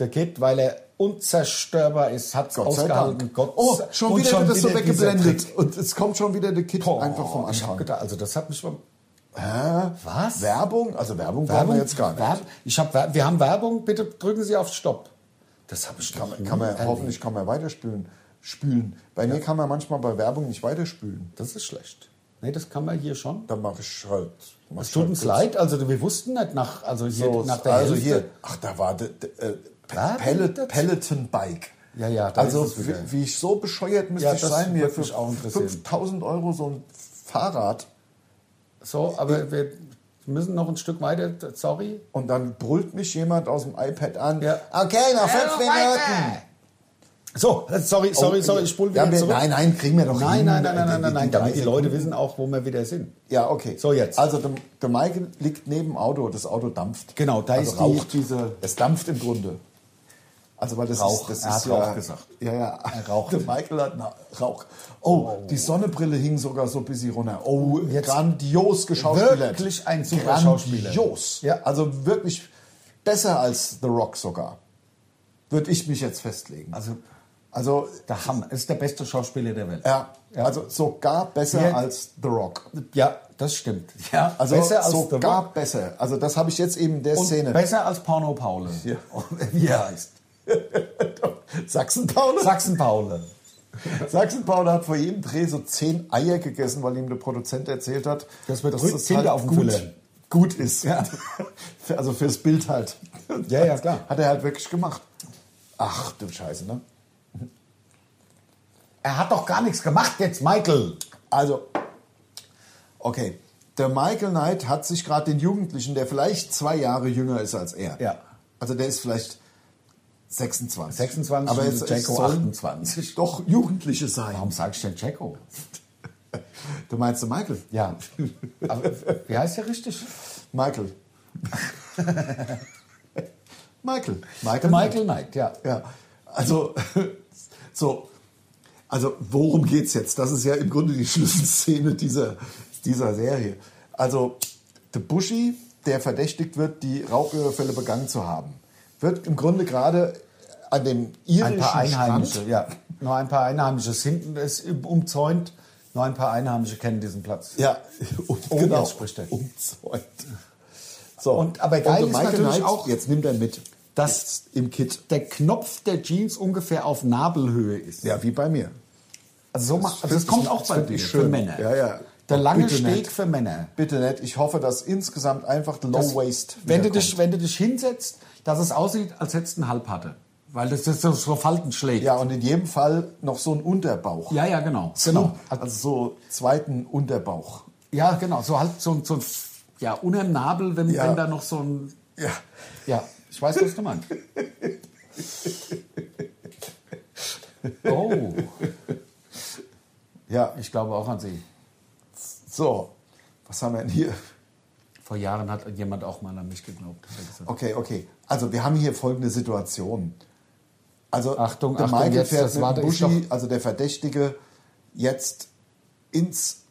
Speaker 1: Der geht, weil er unzerstörbar ist, hat es
Speaker 2: Gott sei
Speaker 1: ausgehalten.
Speaker 2: Dank. oh,
Speaker 1: sei-
Speaker 2: schon
Speaker 1: und
Speaker 2: wieder wird das so
Speaker 1: wieder dieser
Speaker 2: weggeblendet.
Speaker 1: Trick.
Speaker 2: Und es kommt schon wieder der Kit
Speaker 1: Boah,
Speaker 2: einfach vom
Speaker 1: ich hab
Speaker 2: Anfang.
Speaker 1: gedacht, also das hat mich schon
Speaker 2: Hä?
Speaker 1: Was?
Speaker 2: Werbung? Also Werbung, brauchen wir jetzt gar nicht.
Speaker 1: Werb, ich hab, Wer- wir haben Werbung, bitte drücken Sie auf Stopp. Das habe ich
Speaker 2: Kann,
Speaker 1: noch
Speaker 2: man- kann
Speaker 1: nie
Speaker 2: man,
Speaker 1: erlebt.
Speaker 2: hoffentlich kann man weiterspülen. Spülen. Bei mir kann man manchmal bei Werbung nicht weiterspülen.
Speaker 1: Das ist schlecht. Nee, das kann man hier schon.
Speaker 2: Dann mache ich halt. mach
Speaker 1: Es
Speaker 2: ich
Speaker 1: tut
Speaker 2: halt
Speaker 1: uns
Speaker 2: kurz.
Speaker 1: leid, also wir wussten nicht nach, also hier,
Speaker 2: So,
Speaker 1: nach der
Speaker 2: also
Speaker 1: Hälfte.
Speaker 2: hier, ach, da war de, de, äh, Pe-
Speaker 1: Da
Speaker 2: Pellet,
Speaker 1: dazu.
Speaker 2: Peloton Bike.
Speaker 1: Ja, ja, da
Speaker 2: Also,
Speaker 1: ist es wieder.
Speaker 2: wie, wie ich so bescheuert müsste
Speaker 1: Ja,
Speaker 2: ich
Speaker 1: das
Speaker 2: sein, mir
Speaker 1: würde
Speaker 2: für
Speaker 1: mich auch interessieren.
Speaker 2: 5000 Euro so ein Fahrrad
Speaker 1: So, aber wir müssen noch ein Stück weiter, sorry.
Speaker 2: und dann brüllt mich jemand aus dem iPad an.
Speaker 1: Ja.
Speaker 2: Okay, nach fünf
Speaker 1: Hello,
Speaker 2: Minuten.
Speaker 1: So, sorry, sorry,
Speaker 2: Oh,
Speaker 1: sorry, ich spule wieder
Speaker 2: ja, wir,
Speaker 1: zurück.
Speaker 2: Nein, nein, kriegen wir doch
Speaker 1: nein,
Speaker 2: hin.
Speaker 1: nein, nein, nein, nein, nein, nein, damit
Speaker 2: drei
Speaker 1: die Leute
Speaker 2: Sekunden.
Speaker 1: wissen auch, wo wir wieder sind.
Speaker 2: Ja, okay.
Speaker 1: So, jetzt.
Speaker 2: Also, der, der Michael liegt neben dem Auto, das Auto dampft.
Speaker 1: Genau, da
Speaker 2: also
Speaker 1: ist die-
Speaker 2: raucht diese. Es dampft im Grunde. Also, weil das
Speaker 1: Rauch.
Speaker 2: ist. Das
Speaker 1: Er
Speaker 2: ist
Speaker 1: hat
Speaker 2: ja,
Speaker 1: Rauch gesagt.
Speaker 2: Ja, ja.
Speaker 1: Er raucht.
Speaker 2: Der Michael hat na, Rauch. Oh, die Sonnenbrille hing sogar so ein bisschen runter. Oh,
Speaker 1: Jetzt-
Speaker 2: grandios geschauspielert.
Speaker 1: Wirklich ein super Schauspieler.
Speaker 2: Grandios.
Speaker 1: Ja.
Speaker 2: Also wirklich besser als The Rock sogar. Würde ich mich jetzt festlegen.
Speaker 1: Also,
Speaker 2: Also,
Speaker 1: der Hammer ist der beste Schauspieler der Welt.
Speaker 2: ja. Also sogar besser
Speaker 1: Ja.
Speaker 2: als The Rock.
Speaker 1: Ja, das stimmt. Ja,
Speaker 2: Also
Speaker 1: besser als The
Speaker 2: sogar
Speaker 1: Rock
Speaker 2: besser. Also das habe ich jetzt eben in der
Speaker 1: und
Speaker 2: Szene.
Speaker 1: besser als Porno Paule.
Speaker 2: Ja.
Speaker 1: Wie er heißt.
Speaker 2: Sachsen-Paul
Speaker 1: Sachsen Paule.
Speaker 2: Sachsen-Paul hat vor jedem Dreh so zehn Eier gegessen, weil ihm der Produzent erzählt hat, halt
Speaker 1: Das wird drückt Kinder auf den
Speaker 2: gut,
Speaker 1: Füller.
Speaker 2: gut ist.
Speaker 1: Ja.
Speaker 2: Für- Also fürs Bild halt.
Speaker 1: Ja, ja, klar.
Speaker 2: Hat er halt wirklich gemacht. Ach du Scheiße, ne?
Speaker 1: Er hat doch gar nichts gemacht jetzt, Michael.
Speaker 2: Also, okay. Der Michael Knight hat sich gerade den Jugendlichen, der vielleicht zwei Jahre jünger ist als er.
Speaker 1: Ja.
Speaker 2: Also der ist vielleicht 26.
Speaker 1: 26
Speaker 2: aber
Speaker 1: und
Speaker 2: es, es
Speaker 1: Jacko
Speaker 2: sollen
Speaker 1: 28.
Speaker 2: doch Jugendliche sein.
Speaker 1: Warum sagst du denn Jacko?
Speaker 2: Du meinst den Michael?
Speaker 1: Ja. Aber wie heißt der richtig?
Speaker 2: Michael. Michael. Michael.
Speaker 1: Michael Knight, ja.
Speaker 2: Ja, also so, also worum geht's jetzt? Das ist ja im Grunde die Schlüsselszene dieser, dieser Serie. Also der Buschi, der verdächtigt wird, die Rauchüberfälle begangen zu haben, wird im Grunde gerade an dem irischen
Speaker 1: Ein paar Einheimische,
Speaker 2: Strand,
Speaker 1: also, ja. Nur ein paar Einheimische. Das Hinten ist umzäunt. Nur ein paar Einheimische kennen diesen Platz.
Speaker 2: ja, und
Speaker 1: Oh,
Speaker 2: genau,
Speaker 1: jetzt spricht er.
Speaker 2: umzäunt. So.
Speaker 1: Und- aber geil
Speaker 2: der
Speaker 1: ist
Speaker 2: Michael
Speaker 1: natürlich
Speaker 2: Knight,
Speaker 1: auch-
Speaker 2: jetzt nimmt er mit,
Speaker 1: Dass-
Speaker 2: Jetzt im Kit.
Speaker 1: Der Knopf der Jeans ungefähr auf Nabelhöhe ist.
Speaker 2: Ja, wie bei mir.
Speaker 1: Also so macht, also
Speaker 2: find
Speaker 1: das kommt
Speaker 2: ich-
Speaker 1: auch
Speaker 2: das
Speaker 1: bei
Speaker 2: find
Speaker 1: dir
Speaker 2: ich
Speaker 1: für
Speaker 2: schön.
Speaker 1: Männer.
Speaker 2: Ja, ja.
Speaker 1: Der lange
Speaker 2: Bitte
Speaker 1: Steg
Speaker 2: nicht.
Speaker 1: für Männer.
Speaker 2: Bitte nicht. Ich hoffe, dass insgesamt einfach Low
Speaker 1: Das-
Speaker 2: Waste.
Speaker 1: Wenn du,
Speaker 2: wiederkommt.
Speaker 1: dich, wenn du dich hinsetzt, dass es aussieht, als hättest du einen Halbhatte. Weil das das so- so Falten schlägt.
Speaker 2: ja, und in jedem Fall noch so ein Unterbauch.
Speaker 1: ja, ja, genau.
Speaker 2: So,
Speaker 1: genau.
Speaker 2: Also so zweiten Unterbauch.
Speaker 1: Ja, genau. So halt so ein, so ein ja, unterm Nabel, wenn,
Speaker 2: Ja.
Speaker 1: wenn da noch so ein.
Speaker 2: Ja.
Speaker 1: Ja, ich weiß, was du meinst. Oh,
Speaker 2: Ja.
Speaker 1: ich glaube auch an sie.
Speaker 2: So. Was haben wir denn hier?
Speaker 1: Vor Jahren hat jemand auch mal an mich geglaubt. hat er gesagt.
Speaker 2: Okay, okay. Also wir haben hier folgende Situation. Also
Speaker 1: Achtung,
Speaker 2: der
Speaker 1: Achtung,
Speaker 2: Michael
Speaker 1: jetzt,
Speaker 2: fährt
Speaker 1: das
Speaker 2: mit
Speaker 1: war-
Speaker 2: dem
Speaker 1: ist
Speaker 2: Buschi, also der Verdächtige, jetzt ins,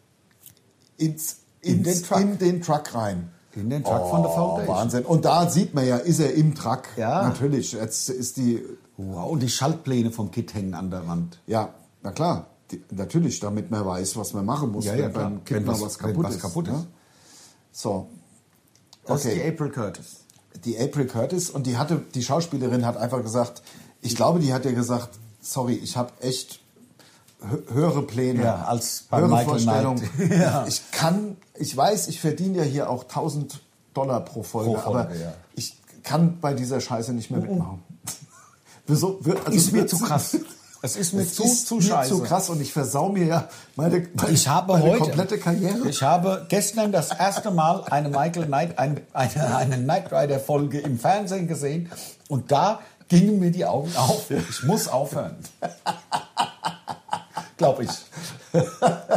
Speaker 2: ins, ins,
Speaker 1: In den Truck.
Speaker 2: in den Truck rein.
Speaker 1: In den Truck von der Foundation.
Speaker 2: Wahnsinn. Und da sieht man ja, ist er im Truck.
Speaker 1: Ja.
Speaker 2: Natürlich. Jetzt ist die,
Speaker 1: Wow, und die Schaltpläne vom Kit hängen an der Wand.
Speaker 2: ja, na klar, die, natürlich, damit man weiß, was man machen muss,
Speaker 1: Ja, ja,
Speaker 2: wenn
Speaker 1: klar.
Speaker 2: beim Kind
Speaker 1: Wenn
Speaker 2: mal
Speaker 1: was-
Speaker 2: was
Speaker 1: wenn
Speaker 2: kaputt
Speaker 1: was
Speaker 2: ist.
Speaker 1: kaputt
Speaker 2: ne?
Speaker 1: ist.
Speaker 2: So,
Speaker 1: Das
Speaker 2: Okay.
Speaker 1: ist die April Curtis.
Speaker 2: die April Curtis und die hatte, die Schauspielerin hat einfach gesagt, ich glaube, die hat ja gesagt, sorry, ich habe echt hö- höhere Pläne,
Speaker 1: Ja, als bei
Speaker 2: höhere
Speaker 1: Michael
Speaker 2: Vorstellungen.
Speaker 1: Knight. Ja.
Speaker 2: Ich kann, ich weiß, ich verdiene ja hier auch 1000 Dollar pro Folge,
Speaker 1: Pro Folge,
Speaker 2: aber
Speaker 1: ja.
Speaker 2: ich kann bei dieser Scheiße nicht mehr mitmachen. Wieso, wir- also
Speaker 1: Ist mir
Speaker 2: wir-
Speaker 1: zu krass. Es ist mir
Speaker 2: Es
Speaker 1: zu,
Speaker 2: ist
Speaker 1: zu
Speaker 2: mir
Speaker 1: scheiße.
Speaker 2: zu krass und ich versau mir ja meine, meine,
Speaker 1: Ich habe
Speaker 2: meine
Speaker 1: heute
Speaker 2: komplette Karriere.
Speaker 1: Ich habe gestern das erste Mal eine Michael Knight, eine, eine, eine Knight Rider Folge im Fernsehen gesehen und da gingen mir die Augen auf. Ich muss aufhören. Glaube ich.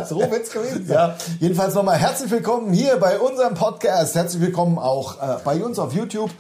Speaker 1: So wird's gewesen sein.
Speaker 2: Ja, jedenfalls nochmal herzlich willkommen hier bei unserem Podcast. Herzlich willkommen auch äh, bei uns auf YouTube.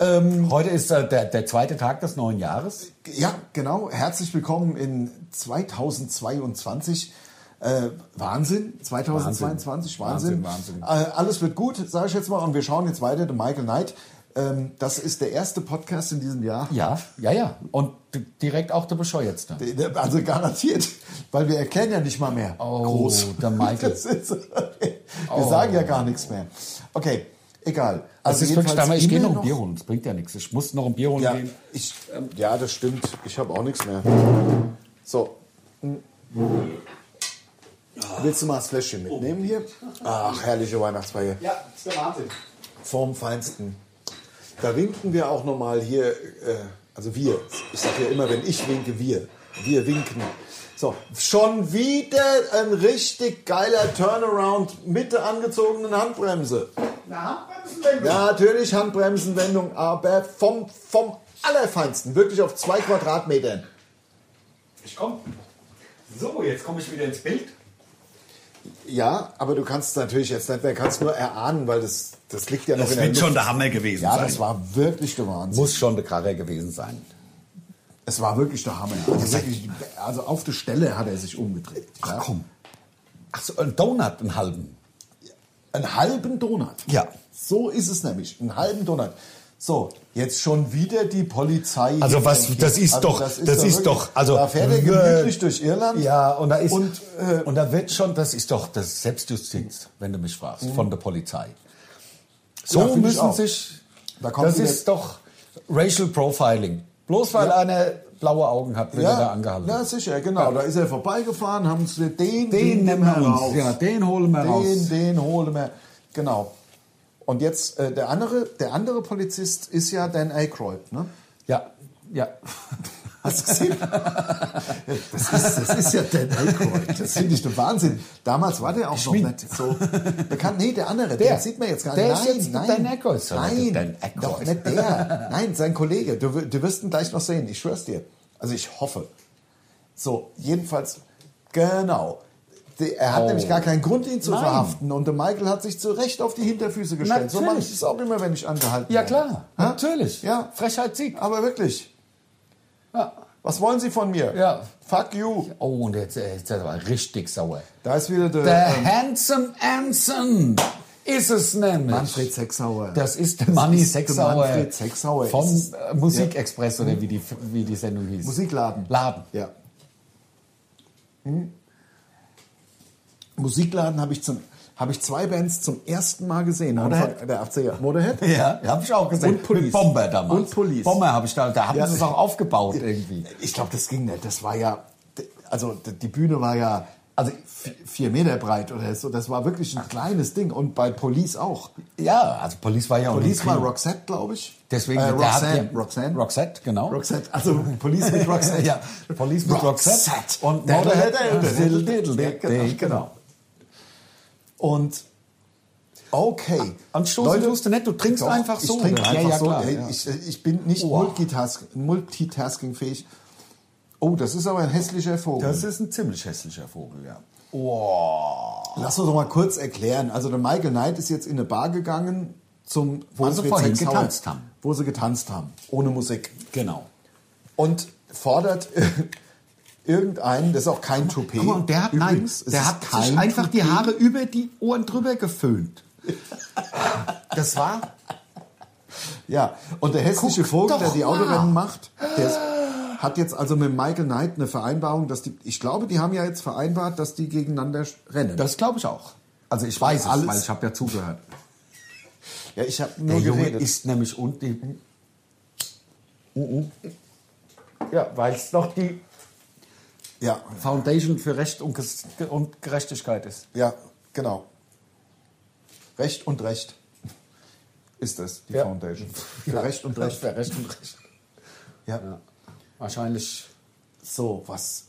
Speaker 2: Ähm,
Speaker 1: Heute ist äh, der, der zweite Tag des neuen Jahres.
Speaker 2: ja, genau. Herzlich willkommen in 2022. Äh, Wahnsinn, 2022, Wahnsinn.
Speaker 1: Wahnsinn,
Speaker 2: Äh, alles wird gut, sage ich jetzt mal. Und wir schauen jetzt weiter, der Michael Knight. Ähm, das ist der erste Podcast in diesem Jahr.
Speaker 1: Ja, ja, ja. Und d- direkt auch der Bescheuertste.
Speaker 2: Also garantiert, weil wir erklären ja nicht mal mehr.
Speaker 1: Oh, der Michael. Oh.
Speaker 2: Das ist, wir sagen ja gar nichts mehr. Okay, egal.
Speaker 1: Das ist
Speaker 2: Also
Speaker 1: wirklich
Speaker 2: jedenfalls
Speaker 1: damals, ich gehe
Speaker 2: immer
Speaker 1: noch ein Bier holen. Das bringt ja nichts. Ich muss noch ein Bier holen
Speaker 2: Ja,
Speaker 1: gehen.
Speaker 2: ich, ähm, ja, das stimmt. Ich habe auch nichts mehr. So. Willst du mal das Fläschchen mitnehmen hier? Ach, herrliche Weihnachtsfeier.
Speaker 3: Ja, ist der Wahnsinn.
Speaker 2: Vom Feinsten. Da winken wir auch nochmal hier, äh, also wir. Ich sage ja immer, wenn ich winke, wir. Wir winken. So, schon wieder ein richtig geiler Turnaround mit der angezogenen Handbremse.
Speaker 3: Eine Handbremsenlenkung.
Speaker 2: Ja, natürlich Handbremsenwendung, aber vom, vom Allerfeinsten, wirklich auf zwei Quadratmetern.
Speaker 1: Ich komme. So, jetzt komme ich wieder ins Bild.
Speaker 2: Ja, aber du kannst es natürlich jetzt nicht mehr, kannst nur erahnen, weil das, das liegt ja noch in der Luft.
Speaker 1: der Hammer gewesen
Speaker 2: ja, das war wirklich der Wahnsinn.
Speaker 1: Muss schon der Kracher gewesen sein.
Speaker 2: Es war wirklich der Hammer. Also, wirklich, also auf der Stelle hat er sich umgedreht.
Speaker 1: Ach
Speaker 2: Ja.
Speaker 1: komm. Ach so, ein Donut, einen halben.
Speaker 2: Einen halben Donut.
Speaker 1: Ja.
Speaker 2: So ist es nämlich, einen halben Donut. So, jetzt schon wieder die Polizei.
Speaker 1: Also was-
Speaker 2: hier.
Speaker 1: das ist doch- das ist
Speaker 2: wirklich-
Speaker 1: doch- also-
Speaker 2: da fährt er gemütlich durch Irland.
Speaker 1: Ja, und da ist
Speaker 2: Und,
Speaker 1: und, äh, und da wird schon, das ist doch das ist Selbstjustiz, wenn du mich fragst, von der Polizei.
Speaker 2: Ja,
Speaker 1: So
Speaker 2: find ich
Speaker 1: müssen
Speaker 2: auch.
Speaker 1: sich
Speaker 2: Da kommt
Speaker 1: das
Speaker 2: wieder-
Speaker 1: ist doch Racial Profiling. Bloß weil einer blaue Augen hat, wird er da angehalten.
Speaker 2: Ja, sicher, genau. Da ist er vorbeigefahren, haben uns den, den,
Speaker 1: nehmen wir uns.
Speaker 2: raus.
Speaker 1: Ja, den holen wir
Speaker 2: den,
Speaker 1: raus.
Speaker 2: Den holen wir. Genau. Und jetzt, äh, der, andere, der andere Polizist ist ja Dan Aykroyd, ne?
Speaker 1: Ja, ja.
Speaker 2: Hast du gesehen? Das ist, das ist ja Dan Aykroyd. Das finde ich der Wahnsinn. Damals war der auch
Speaker 1: Schmink.
Speaker 2: noch nicht so bekannt. Nee, der andere,
Speaker 1: Der.
Speaker 2: den sieht man jetzt gar nicht.
Speaker 1: Der
Speaker 2: nein,
Speaker 1: ist jetzt
Speaker 2: nein,
Speaker 1: Dan Aykroyd, sondern
Speaker 2: Nein,
Speaker 1: Dan Aykroyd.
Speaker 2: doch nicht der. Nein, sein Kollege. Du, w- du wirst ihn gleich noch sehen, ich schwör's dir. Also ich hoffe. So, jedenfalls, genau. Der- Er hat
Speaker 1: Oh.
Speaker 2: nämlich gar keinen Grund, ihn zu
Speaker 1: Nein.
Speaker 2: verhaften. Und der Michael hat sich zu Recht auf die Hinterfüße gestellt. So mache ich
Speaker 1: Natürlich.
Speaker 2: es auch immer, wenn ich angehalten
Speaker 1: Ja
Speaker 2: werde.
Speaker 1: klar,
Speaker 2: Hä?
Speaker 1: natürlich.
Speaker 2: Ja.
Speaker 1: Frechheit Sieg.
Speaker 2: Aber wirklich.
Speaker 1: Ja.
Speaker 2: Was wollen Sie von mir?
Speaker 1: Ja.
Speaker 2: Fuck you.
Speaker 1: Oh, und jetzt, äh, jetzt ist er aber richtig sauer.
Speaker 2: Da ist wieder der,
Speaker 1: Der
Speaker 2: ähm,
Speaker 1: Handsome Anson ist es nämlich.
Speaker 2: Manfred Sechsauer.
Speaker 1: Das ist der Manni
Speaker 2: ist der
Speaker 1: Sechsauer.
Speaker 2: Manfred Sechsauer. Es
Speaker 1: Vom
Speaker 2: ist-
Speaker 1: äh, Musikexpress oder wie die, wie die Sendung hieß.
Speaker 2: Musikladen.
Speaker 1: Laden.
Speaker 2: Ja. Hm. Musikladen habe ich, zum- habe ich zwei Bands zum ersten Mal gesehen.
Speaker 1: Motorhead?
Speaker 2: Anfang Der 80er. Motorhead?
Speaker 1: Ja, habe ich auch gesehen.
Speaker 2: Und Police.
Speaker 1: Mit Bomber damals.
Speaker 2: Und Police.
Speaker 1: Bomber habe ich da, da haben
Speaker 2: Ja.
Speaker 1: sie es auch aufgebaut irgendwie.
Speaker 2: Ich glaube, das ging nicht. Das war ja, also d- die Bühne war ja also vi- vier Meter breit oder so. Das war wirklich ein kleines Ding. Und bei Police auch.
Speaker 1: Ja, also Police war ja auch
Speaker 2: Police
Speaker 1: ein
Speaker 2: war
Speaker 1: Trio.
Speaker 2: Roxette, glaube ich.
Speaker 1: Deswegen, der
Speaker 2: äh,
Speaker 1: hat
Speaker 2: Roxanne.
Speaker 1: ja-
Speaker 2: Roxanne.
Speaker 1: Roxette, genau.
Speaker 2: Roxette, also Police mit Roxette.
Speaker 1: ja, Police mit Roxette. Und Motorhead. Diddle, diddle, diddle,
Speaker 2: Roxette.
Speaker 1: genau.
Speaker 2: Genau. Und okay.
Speaker 1: Anstoßen Ah, tust du nicht, du trinkst einfach so,
Speaker 2: Ich trinke
Speaker 1: oder? Ja,
Speaker 2: einfach
Speaker 1: ja,
Speaker 2: so.
Speaker 1: klar,
Speaker 2: Ey,
Speaker 1: ja.
Speaker 2: Ich, äh, ich bin nicht
Speaker 1: Oha.
Speaker 2: multitask, multitasking-fähig. Oh, das ist aber ein hässlicher Vogel.
Speaker 1: Das ist ein ziemlich hässlicher Vogel, ja. Oh.
Speaker 2: Lass uns doch mal kurz erklären. Also der Michael Knight ist jetzt in eine Bar gegangen, zum
Speaker 1: Wo sie Also
Speaker 2: Manfred
Speaker 1: vorhin
Speaker 2: Sechshauer,
Speaker 1: getanzt haben.
Speaker 2: Wo sie getanzt haben, ohne Musik.
Speaker 1: Genau.
Speaker 2: Und fordert irgendeinen, das ist auch kein Toupet.
Speaker 1: Guck mal, und der hat,
Speaker 2: Genau. Übrigens,
Speaker 1: nein,
Speaker 2: es
Speaker 1: der
Speaker 2: ist
Speaker 1: hat
Speaker 2: kein
Speaker 1: sich einfach die Haare über die Ohren drüber geföhnt. Das war
Speaker 2: Ja, und der hässliche
Speaker 1: Guck
Speaker 2: Vogel, der
Speaker 1: doch
Speaker 2: die
Speaker 1: mal.
Speaker 2: Autorennen macht, der ist, hat jetzt also mit Michael Knight eine Vereinbarung, dass die, ich glaube, die haben ja jetzt vereinbart, dass die gegeneinander rennen.
Speaker 1: Das glaube ich auch. Also ich weiß
Speaker 2: Alles-
Speaker 1: es, weil ich habe ja zugehört.
Speaker 2: ja, ich habe
Speaker 1: Der
Speaker 2: nur
Speaker 1: Junge
Speaker 2: geredet.
Speaker 1: ist nämlich und die. Mhm. Ja, weil es noch die
Speaker 2: ja,
Speaker 1: Foundation für Recht und, Ges- und Gerechtigkeit ist.
Speaker 2: ja, genau. Recht und Recht ist das, die
Speaker 1: Ja.
Speaker 2: Foundation. Für Recht und Recht.
Speaker 1: Für Recht und Recht.
Speaker 2: Ja.
Speaker 1: Ja. Wahrscheinlich.
Speaker 2: So, was,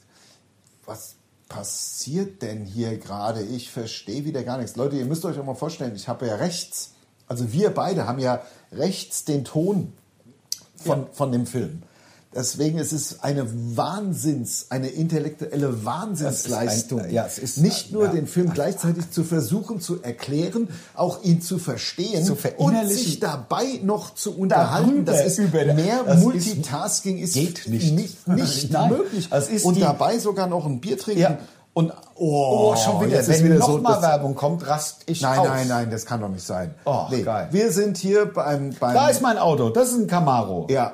Speaker 2: was passiert denn hier gerade? Ich verstehe wieder gar nichts. Leute, ihr müsst euch auch mal vorstellen, ich habe ja rechts, also wir beide haben ja rechts den Ton von, von dem Film. Deswegen ist es eine Wahnsinns, eine intellektuelle Wahnsinnsleistung.
Speaker 1: Es ist ein- ja, es ist-
Speaker 2: nicht nur
Speaker 1: ja.
Speaker 2: den Film gleichzeitig zu versuchen zu erklären, auch ihn zu verstehen
Speaker 1: Zu
Speaker 2: und
Speaker 1: verinnerlichen.
Speaker 2: sich dabei noch zu unterhalten.
Speaker 1: Darüber,
Speaker 2: das ist
Speaker 1: über-
Speaker 2: mehr
Speaker 1: das ist-
Speaker 2: Multitasking ist,
Speaker 1: geht nicht.
Speaker 2: nicht, nicht
Speaker 1: Nein.
Speaker 2: möglich. Also
Speaker 1: Das ist
Speaker 2: und
Speaker 1: die-
Speaker 2: dabei sogar noch ein Bier trinken
Speaker 1: Ja.
Speaker 2: und
Speaker 1: Oh, schon wieder.
Speaker 2: jetzt ist
Speaker 1: Wenn
Speaker 2: wieder
Speaker 1: noch
Speaker 2: so,
Speaker 1: mal
Speaker 2: das-
Speaker 1: Werbung kommt, rast ich
Speaker 2: Nein,
Speaker 1: aus.
Speaker 2: nein, nein, das kann doch nicht sein.
Speaker 1: Oh, geil.
Speaker 2: Wir sind hier beim, beim
Speaker 1: Da ist mein Auto. Das ist ein Camaro.
Speaker 2: ja.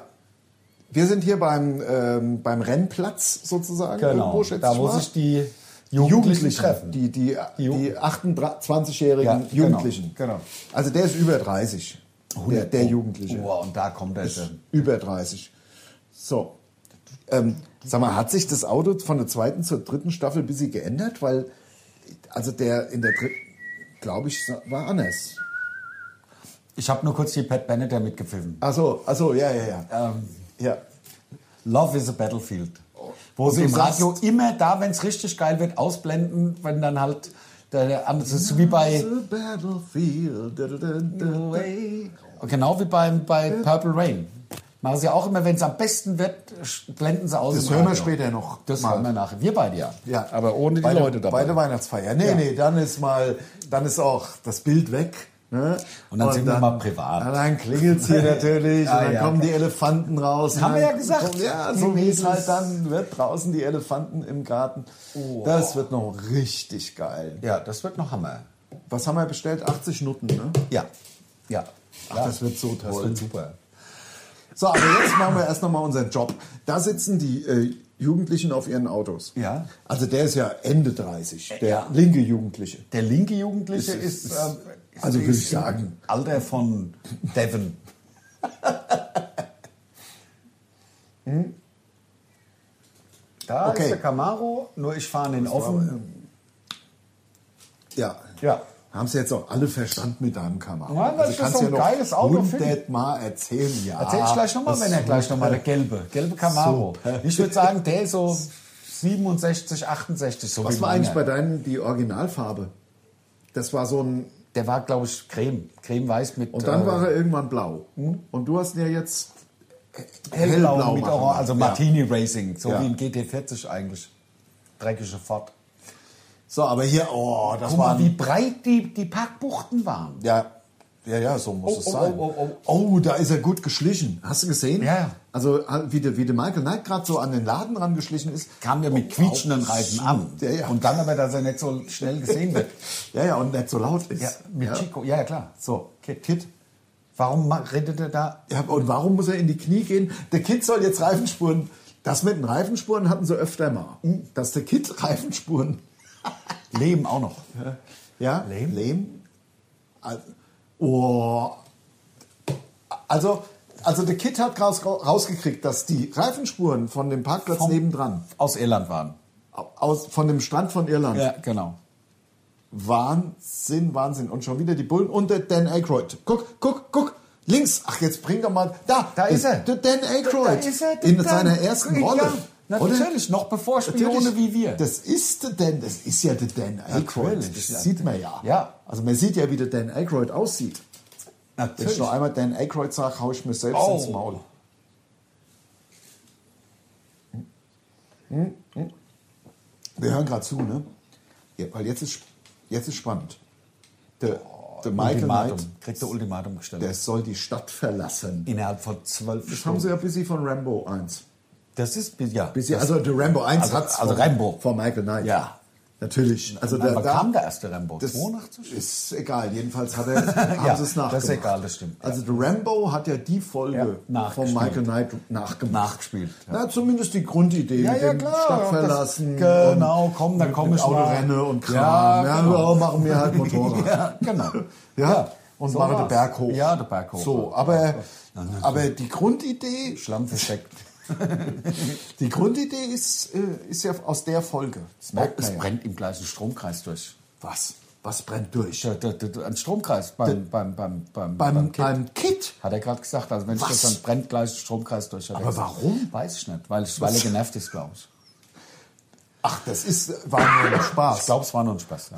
Speaker 2: Wir sind hier beim, ähm, beim Rennplatz sozusagen.
Speaker 1: genau.
Speaker 2: irgendwo, schätze
Speaker 1: Da
Speaker 2: ich
Speaker 1: wo
Speaker 2: mal.
Speaker 1: sich die Jugendlichen treffen.
Speaker 2: Die, die,
Speaker 1: Die
Speaker 2: die,
Speaker 1: Jugend-
Speaker 2: 28-jährigen
Speaker 1: Ja, genau,
Speaker 2: Jugendlichen.
Speaker 1: genau.
Speaker 2: Also der ist über 30. Der, der Jugendliche.
Speaker 1: Wow, Oh, und da kommt er.
Speaker 2: Ist Ähm, über 30. So. Ähm, sag mal, hat sich das Auto von der zweiten zur dritten Staffel ein bisschen geändert? Weil, also der in der dritten, glaube ich, war anders.
Speaker 1: Ich habe nur kurz die Pat Benatar mitgepfiffen.
Speaker 2: Ach so, ach so, ja, ja, ja. ja.
Speaker 1: Love is a Battlefield. Wo sie
Speaker 2: Oh. Du
Speaker 1: im
Speaker 2: sagst-
Speaker 1: Radio immer da, wenn es richtig geil wird, ausblenden, wenn dann halt der, der andere, das ist wie bei,
Speaker 2: The battlefield. Da, da, da, da, da.
Speaker 1: genau wie beim, bei Purple Rain. Machen sie auch immer, wenn es am besten wird, sch- blenden sie aus.
Speaker 2: Das
Speaker 1: im
Speaker 2: hören wir
Speaker 1: Radio.
Speaker 2: später noch
Speaker 1: Das
Speaker 2: mal.
Speaker 1: hören wir nachher. Wir beide ja.
Speaker 2: Ja,
Speaker 1: aber ohne die
Speaker 2: bei der-
Speaker 1: Leute dabei.
Speaker 2: Bei der Weihnachtsfeier. Nee,
Speaker 1: Ja.
Speaker 2: nee, dann ist mal, dann ist auch das Bild weg. Ne?
Speaker 1: Und dann sind wir mal privat.
Speaker 2: Ja, Dann klingelt es hier natürlich
Speaker 1: Ah,
Speaker 2: und dann
Speaker 1: ja.
Speaker 2: kommen die Elefanten raus.
Speaker 1: Haben
Speaker 2: Und
Speaker 1: wir
Speaker 2: dann
Speaker 1: ja gesagt.
Speaker 2: kommen- ja,
Speaker 1: Die
Speaker 2: so wie es
Speaker 1: Mädels. Oh.
Speaker 2: halt dann wird draußen die Elefanten im Garten. Das wird noch richtig geil.
Speaker 1: Ja, das wird noch Hammer.
Speaker 2: Was haben wir bestellt? 80 Nutten, ne?
Speaker 1: Ja. Ja.
Speaker 2: Ach, das wird so toll.
Speaker 1: Das wird super.
Speaker 2: So, aber jetzt machen wir erst nochmal unseren Job. Da sitzen die äh, Jugendlichen auf ihren Autos.
Speaker 1: Ja.
Speaker 2: Also der ist ja Ende 30, der
Speaker 1: Ja.
Speaker 2: linke Jugendliche.
Speaker 1: Der linke Jugendliche
Speaker 2: Ist-
Speaker 1: ist,
Speaker 2: ist-
Speaker 1: ähm,
Speaker 2: also
Speaker 1: ist
Speaker 2: würde ich
Speaker 1: im
Speaker 2: sagen.
Speaker 1: Alter von Devon. Da
Speaker 2: Okay.
Speaker 1: ist der Camaro, nur ich fahre den offen.
Speaker 2: Ja.
Speaker 1: Ja.
Speaker 2: Haben sie jetzt auch alle verstanden mit deinem Kamera. Also
Speaker 1: Nein, weil ich das so ein geiles Auto finde.
Speaker 2: Mal erzählen, ja.
Speaker 1: Erzähl ich gleich nochmal,
Speaker 2: Ah, Das
Speaker 1: wenn er
Speaker 2: ist
Speaker 1: gleich nochmal, der
Speaker 2: super.
Speaker 1: gelbe, gelbe Camaro.
Speaker 2: Super.
Speaker 1: Ich würde sagen, der ist so 67, 68, so
Speaker 2: Was
Speaker 1: wie
Speaker 2: war
Speaker 1: meiner.
Speaker 2: eigentlich bei deinem die Originalfarbe? Das war so ein.
Speaker 1: Der war, glaube ich, creme, cremeweiß mit
Speaker 2: Und dann
Speaker 1: äh,
Speaker 2: war er irgendwann blau. Und du hast ihn ja jetzt
Speaker 1: Hm? hellblau,
Speaker 2: hellblau
Speaker 1: mit
Speaker 2: machen
Speaker 1: Orange, also
Speaker 2: lassen.
Speaker 1: Martini Racing, so
Speaker 2: Ja.
Speaker 1: wie im GT40 eigentlich. Dreckige Ford.
Speaker 2: So, aber hier, oh, das
Speaker 1: Guck
Speaker 2: war.
Speaker 1: mal, wie breit die, die Parkbuchten waren.
Speaker 2: Ja, ja, ja, so muss
Speaker 1: Oh,
Speaker 2: es
Speaker 1: oh,
Speaker 2: sein.
Speaker 1: oh, oh,
Speaker 2: Oh, da ist er gut geschlichen. Hast du gesehen?
Speaker 1: Ja, ja.
Speaker 2: Also, wie der, wie der Michael Knight gerade so an den Laden rangeschlichen ist. Oh,
Speaker 1: Kam der mit quietschenden Reifen an.
Speaker 2: Ja, ja.
Speaker 1: Und dann aber, dass er nicht so schnell gesehen wird.
Speaker 2: Ja, ja, und nicht so laut ist.
Speaker 1: ja, mit
Speaker 2: ja.
Speaker 1: Chico, ja, ja, klar.
Speaker 2: So,
Speaker 1: Kid. Kid. Warum ma- redet er da?
Speaker 2: Ja, und warum muss er in die Knie gehen? Der Kid soll jetzt Reifenspuren. Das mit den Reifenspuren hatten sie öfter mal. Dass der Kid Reifenspuren.
Speaker 1: Leben auch noch.
Speaker 2: Ja?
Speaker 1: Lehm?
Speaker 2: Lehm? Also, oh. Also, also der Kid hat raus, rausgekriegt, dass die Reifenspuren von dem Parkplatz
Speaker 1: Vom-
Speaker 2: nebendran,
Speaker 1: Aus Irland waren.
Speaker 2: aus, von dem Strand von Irland,
Speaker 1: Ja, genau.
Speaker 2: Wahnsinn, Wahnsinn. Und schon wieder die Bullen und der Dan Aykroyd. Guck, guck, guck. Links. Ach, jetzt bring doch mal. Da,
Speaker 1: Da ist er.
Speaker 2: Der Dan Aykroyd.
Speaker 1: Da ist er, der
Speaker 2: In
Speaker 1: Dan.
Speaker 2: seiner ersten
Speaker 1: Ja,
Speaker 2: Rolle.
Speaker 1: natürlich, noch bevor Spione wie wir.
Speaker 2: Das ist der Dan, das ist ja der Dan Aykroyd.
Speaker 1: Natürlich,
Speaker 2: Das
Speaker 1: ja.
Speaker 2: sieht man ja.
Speaker 1: Ja.
Speaker 2: Also man sieht ja, wie der Dan Aykroyd aussieht. Wenn ich
Speaker 1: Natürlich.
Speaker 2: noch einmal Dan Aykroyd sage, hau ich mir selbst
Speaker 1: Oh.
Speaker 2: ins Maul. Hm, hm. Wir hören gerade zu, ne? Ja, weil jetzt ist, jetzt ist spannend. Der, der Michael
Speaker 1: Ultimatum.
Speaker 2: Knight,
Speaker 1: Kriegt der Ultimatum gestellt.
Speaker 2: der soll die Stadt verlassen.
Speaker 1: Innerhalb von zwölf
Speaker 2: Das haben
Speaker 1: Stunden.
Speaker 2: sie ja bis sie von Rambo 1.
Speaker 1: Das ist, ja.
Speaker 2: Bis sie, also der Rambo 1
Speaker 1: also-
Speaker 2: hat's
Speaker 1: also
Speaker 2: von,
Speaker 1: Rambo.
Speaker 2: von Michael Knight.
Speaker 1: Ja.
Speaker 2: Natürlich. Also
Speaker 1: Wann
Speaker 2: da,
Speaker 1: kam
Speaker 2: da,
Speaker 1: der erste Rambo?
Speaker 2: das
Speaker 1: 82?
Speaker 2: ist egal. Jedenfalls hat er, haben
Speaker 1: Ja,
Speaker 2: sie es
Speaker 1: das ist
Speaker 2: nachgemacht.
Speaker 1: egal, das stimmt, ja.
Speaker 2: Also der Rambo hat ja die Folge
Speaker 1: Ja, nachgespielt.
Speaker 2: von Michael Knight nachgemacht.
Speaker 1: Nachgespielt. Ja.
Speaker 2: Na, zumindest die Grundidee.
Speaker 1: Ja,
Speaker 2: mit
Speaker 1: ja,
Speaker 2: dem
Speaker 1: klar.
Speaker 2: Stadt
Speaker 1: Ob das-
Speaker 2: verlassen.
Speaker 1: Genau,
Speaker 2: und
Speaker 1: komm, dann
Speaker 2: mit-
Speaker 1: komm
Speaker 2: mit
Speaker 1: ich mal.
Speaker 2: Autorenne und Kram.
Speaker 1: Ja, genau.
Speaker 2: wir machen wir halt Motorrad.
Speaker 1: Ja, genau.
Speaker 2: Ja.
Speaker 1: Ja,
Speaker 2: Und
Speaker 1: so
Speaker 2: mache
Speaker 1: war's.
Speaker 2: den Berg hoch.
Speaker 1: Ja, den Berg hoch.
Speaker 2: So, aber, aber die Grundidee,
Speaker 1: Schlamm versteckt.
Speaker 2: die Grundidee ist, äh, ist ja aus der Folge. Das merkt
Speaker 1: es
Speaker 2: man ja.
Speaker 1: brennt im gleichen Stromkreis durch.
Speaker 2: Was? Was brennt durch?
Speaker 1: Da- da- da- Ein Stromkreis beim, beim, beim, beim,
Speaker 2: Beim,
Speaker 1: beim Kind.
Speaker 2: beim Kit?
Speaker 1: Hat er gerade gesagt, also wenn ich das
Speaker 2: Was?
Speaker 1: dann brennt gleich Stromkreis durch. hat er
Speaker 2: Aber
Speaker 1: gesagt.
Speaker 2: warum?
Speaker 1: Weiß ich nicht, weil, ich, weil er genervt ist, glaube ich.
Speaker 2: Ach, das ist, war nur ein Spaß.
Speaker 1: Ich glaube, es war nur ein Spaß. Ja.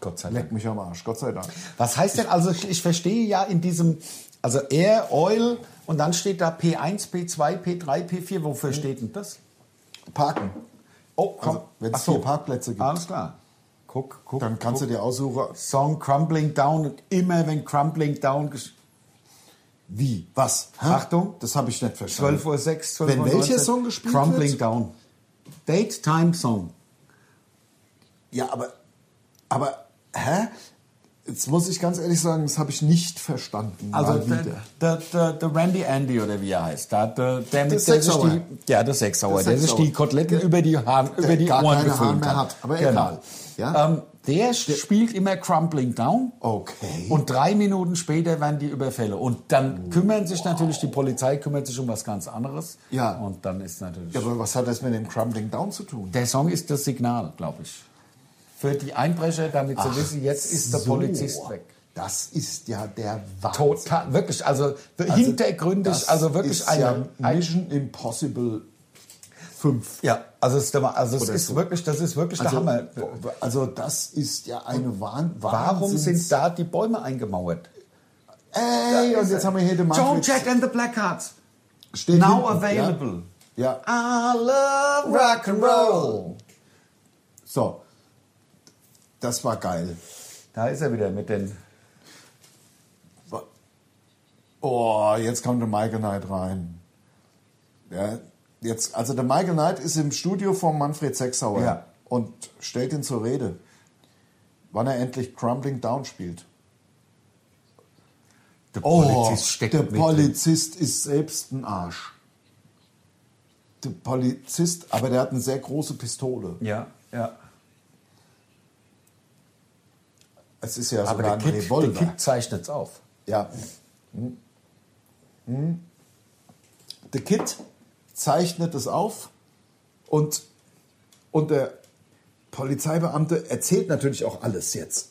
Speaker 1: Gott sei Dank.
Speaker 2: Leck mich am Arsch, Gott sei Dank.
Speaker 1: Was heißt denn, also ich, ich verstehe ja in diesem Also Air, Oil und dann steht da P1, P2, P3, P4. Wofür
Speaker 2: Hm.
Speaker 1: steht denn das?
Speaker 2: Parken.
Speaker 1: Oh, komm.
Speaker 2: Also, wenn
Speaker 1: Ach
Speaker 2: es
Speaker 1: so.
Speaker 2: hier Parkplätze gibt,
Speaker 1: Alles klar. Guck, guck.
Speaker 2: dann kannst
Speaker 1: guck.
Speaker 2: du dir aussuchen,
Speaker 1: Song Crumbling Down und immer wenn Crumbling Down gesch-
Speaker 2: Hm. wie, was. Hä?
Speaker 1: Achtung.
Speaker 2: Das habe ich nicht verstanden.
Speaker 1: 12.06 Uhr, 12
Speaker 2: Wenn
Speaker 1: Uhr
Speaker 2: welcher
Speaker 1: 19,
Speaker 2: Song gespielt
Speaker 1: Crumbling
Speaker 2: wird?
Speaker 1: Down. Daytime Song.
Speaker 2: Ja, aber, aber, hä? Jetzt muss ich ganz ehrlich sagen, das habe ich nicht verstanden.
Speaker 1: Also
Speaker 2: Mal
Speaker 1: der,
Speaker 2: wieder.
Speaker 1: der, der, der Randy Andy oder wie er heißt, da hat der, der mit der sich
Speaker 2: Sechsauer.
Speaker 1: die, ja, der Sechsauer,
Speaker 2: Der
Speaker 1: der sich
Speaker 2: Sechsauer.
Speaker 1: die Koteletten über die, Haar, über die
Speaker 2: gar
Speaker 1: Ohren
Speaker 2: keine Haare
Speaker 1: gefüllt
Speaker 2: mehr
Speaker 1: hat. Genau.
Speaker 2: hat, aber egal. Ja.
Speaker 1: Ähm, der, spielt immer Crumbling Down.
Speaker 2: Okay.
Speaker 1: Und drei Minuten später werden die Überfälle. Und dann kümmern sich natürlich, die Polizei kümmert sich um was ganz anderes.
Speaker 2: Ja.
Speaker 1: Und dann ist natürlich.
Speaker 2: Ja, aber was hat das mit dem Crumbling Down zu tun?
Speaker 1: Der Song ist das Signal, glaube ich. Für die Einbrecher, damit sie wissen, jetzt ist der
Speaker 2: So.
Speaker 1: Polizist weg.
Speaker 2: Das ist ja der Wahnsinn.
Speaker 1: Total, wirklich, also,
Speaker 2: Also,
Speaker 1: hintergründig,
Speaker 2: das
Speaker 1: also wirklich
Speaker 2: ist
Speaker 1: eine,
Speaker 2: ja
Speaker 1: ein-
Speaker 2: Mission Impossible 5.
Speaker 1: Ja, also es ist, der Ma- also es
Speaker 2: Oder
Speaker 1: ist
Speaker 2: so.
Speaker 1: wirklich, das ist wirklich
Speaker 2: Also,
Speaker 1: der Hammer.
Speaker 2: also das ist ja eine Wahn
Speaker 1: Warum
Speaker 2: Wahnsinns-
Speaker 1: sind da die Bäume eingemauert?
Speaker 2: Ey, und jetzt haben wir hier den
Speaker 1: Joan
Speaker 2: Manfred.
Speaker 1: Jett and the Blackhearts,
Speaker 2: Steht
Speaker 1: now
Speaker 2: hinten,
Speaker 1: available.
Speaker 2: Ja. ja.
Speaker 1: I love rock and roll.
Speaker 2: So. Das war geil.
Speaker 1: Da ist er wieder mit den.
Speaker 2: Wa- Oh, jetzt kommt der Michael Knight rein. Ja, jetzt, also der Michael Knight ist im Studio von Manfred Sechsauer
Speaker 1: Ja.
Speaker 2: und stellt ihn zur Rede, wann er endlich Crumbling Down spielt. Oh,
Speaker 1: Der
Speaker 2: der Polizist ist selbst ein Arsch. Der Polizist, aber der hat eine sehr große Pistole.
Speaker 1: Ja, ja.
Speaker 2: Es ist ja
Speaker 1: Aber
Speaker 2: sogar
Speaker 1: der
Speaker 2: ein
Speaker 1: Kid, der
Speaker 2: Revolver.
Speaker 1: Kid zeichnet es auf.
Speaker 2: Ja. Hm. Hm. The Kid zeichnet es auf und, und der Polizeibeamte erzählt natürlich auch alles jetzt.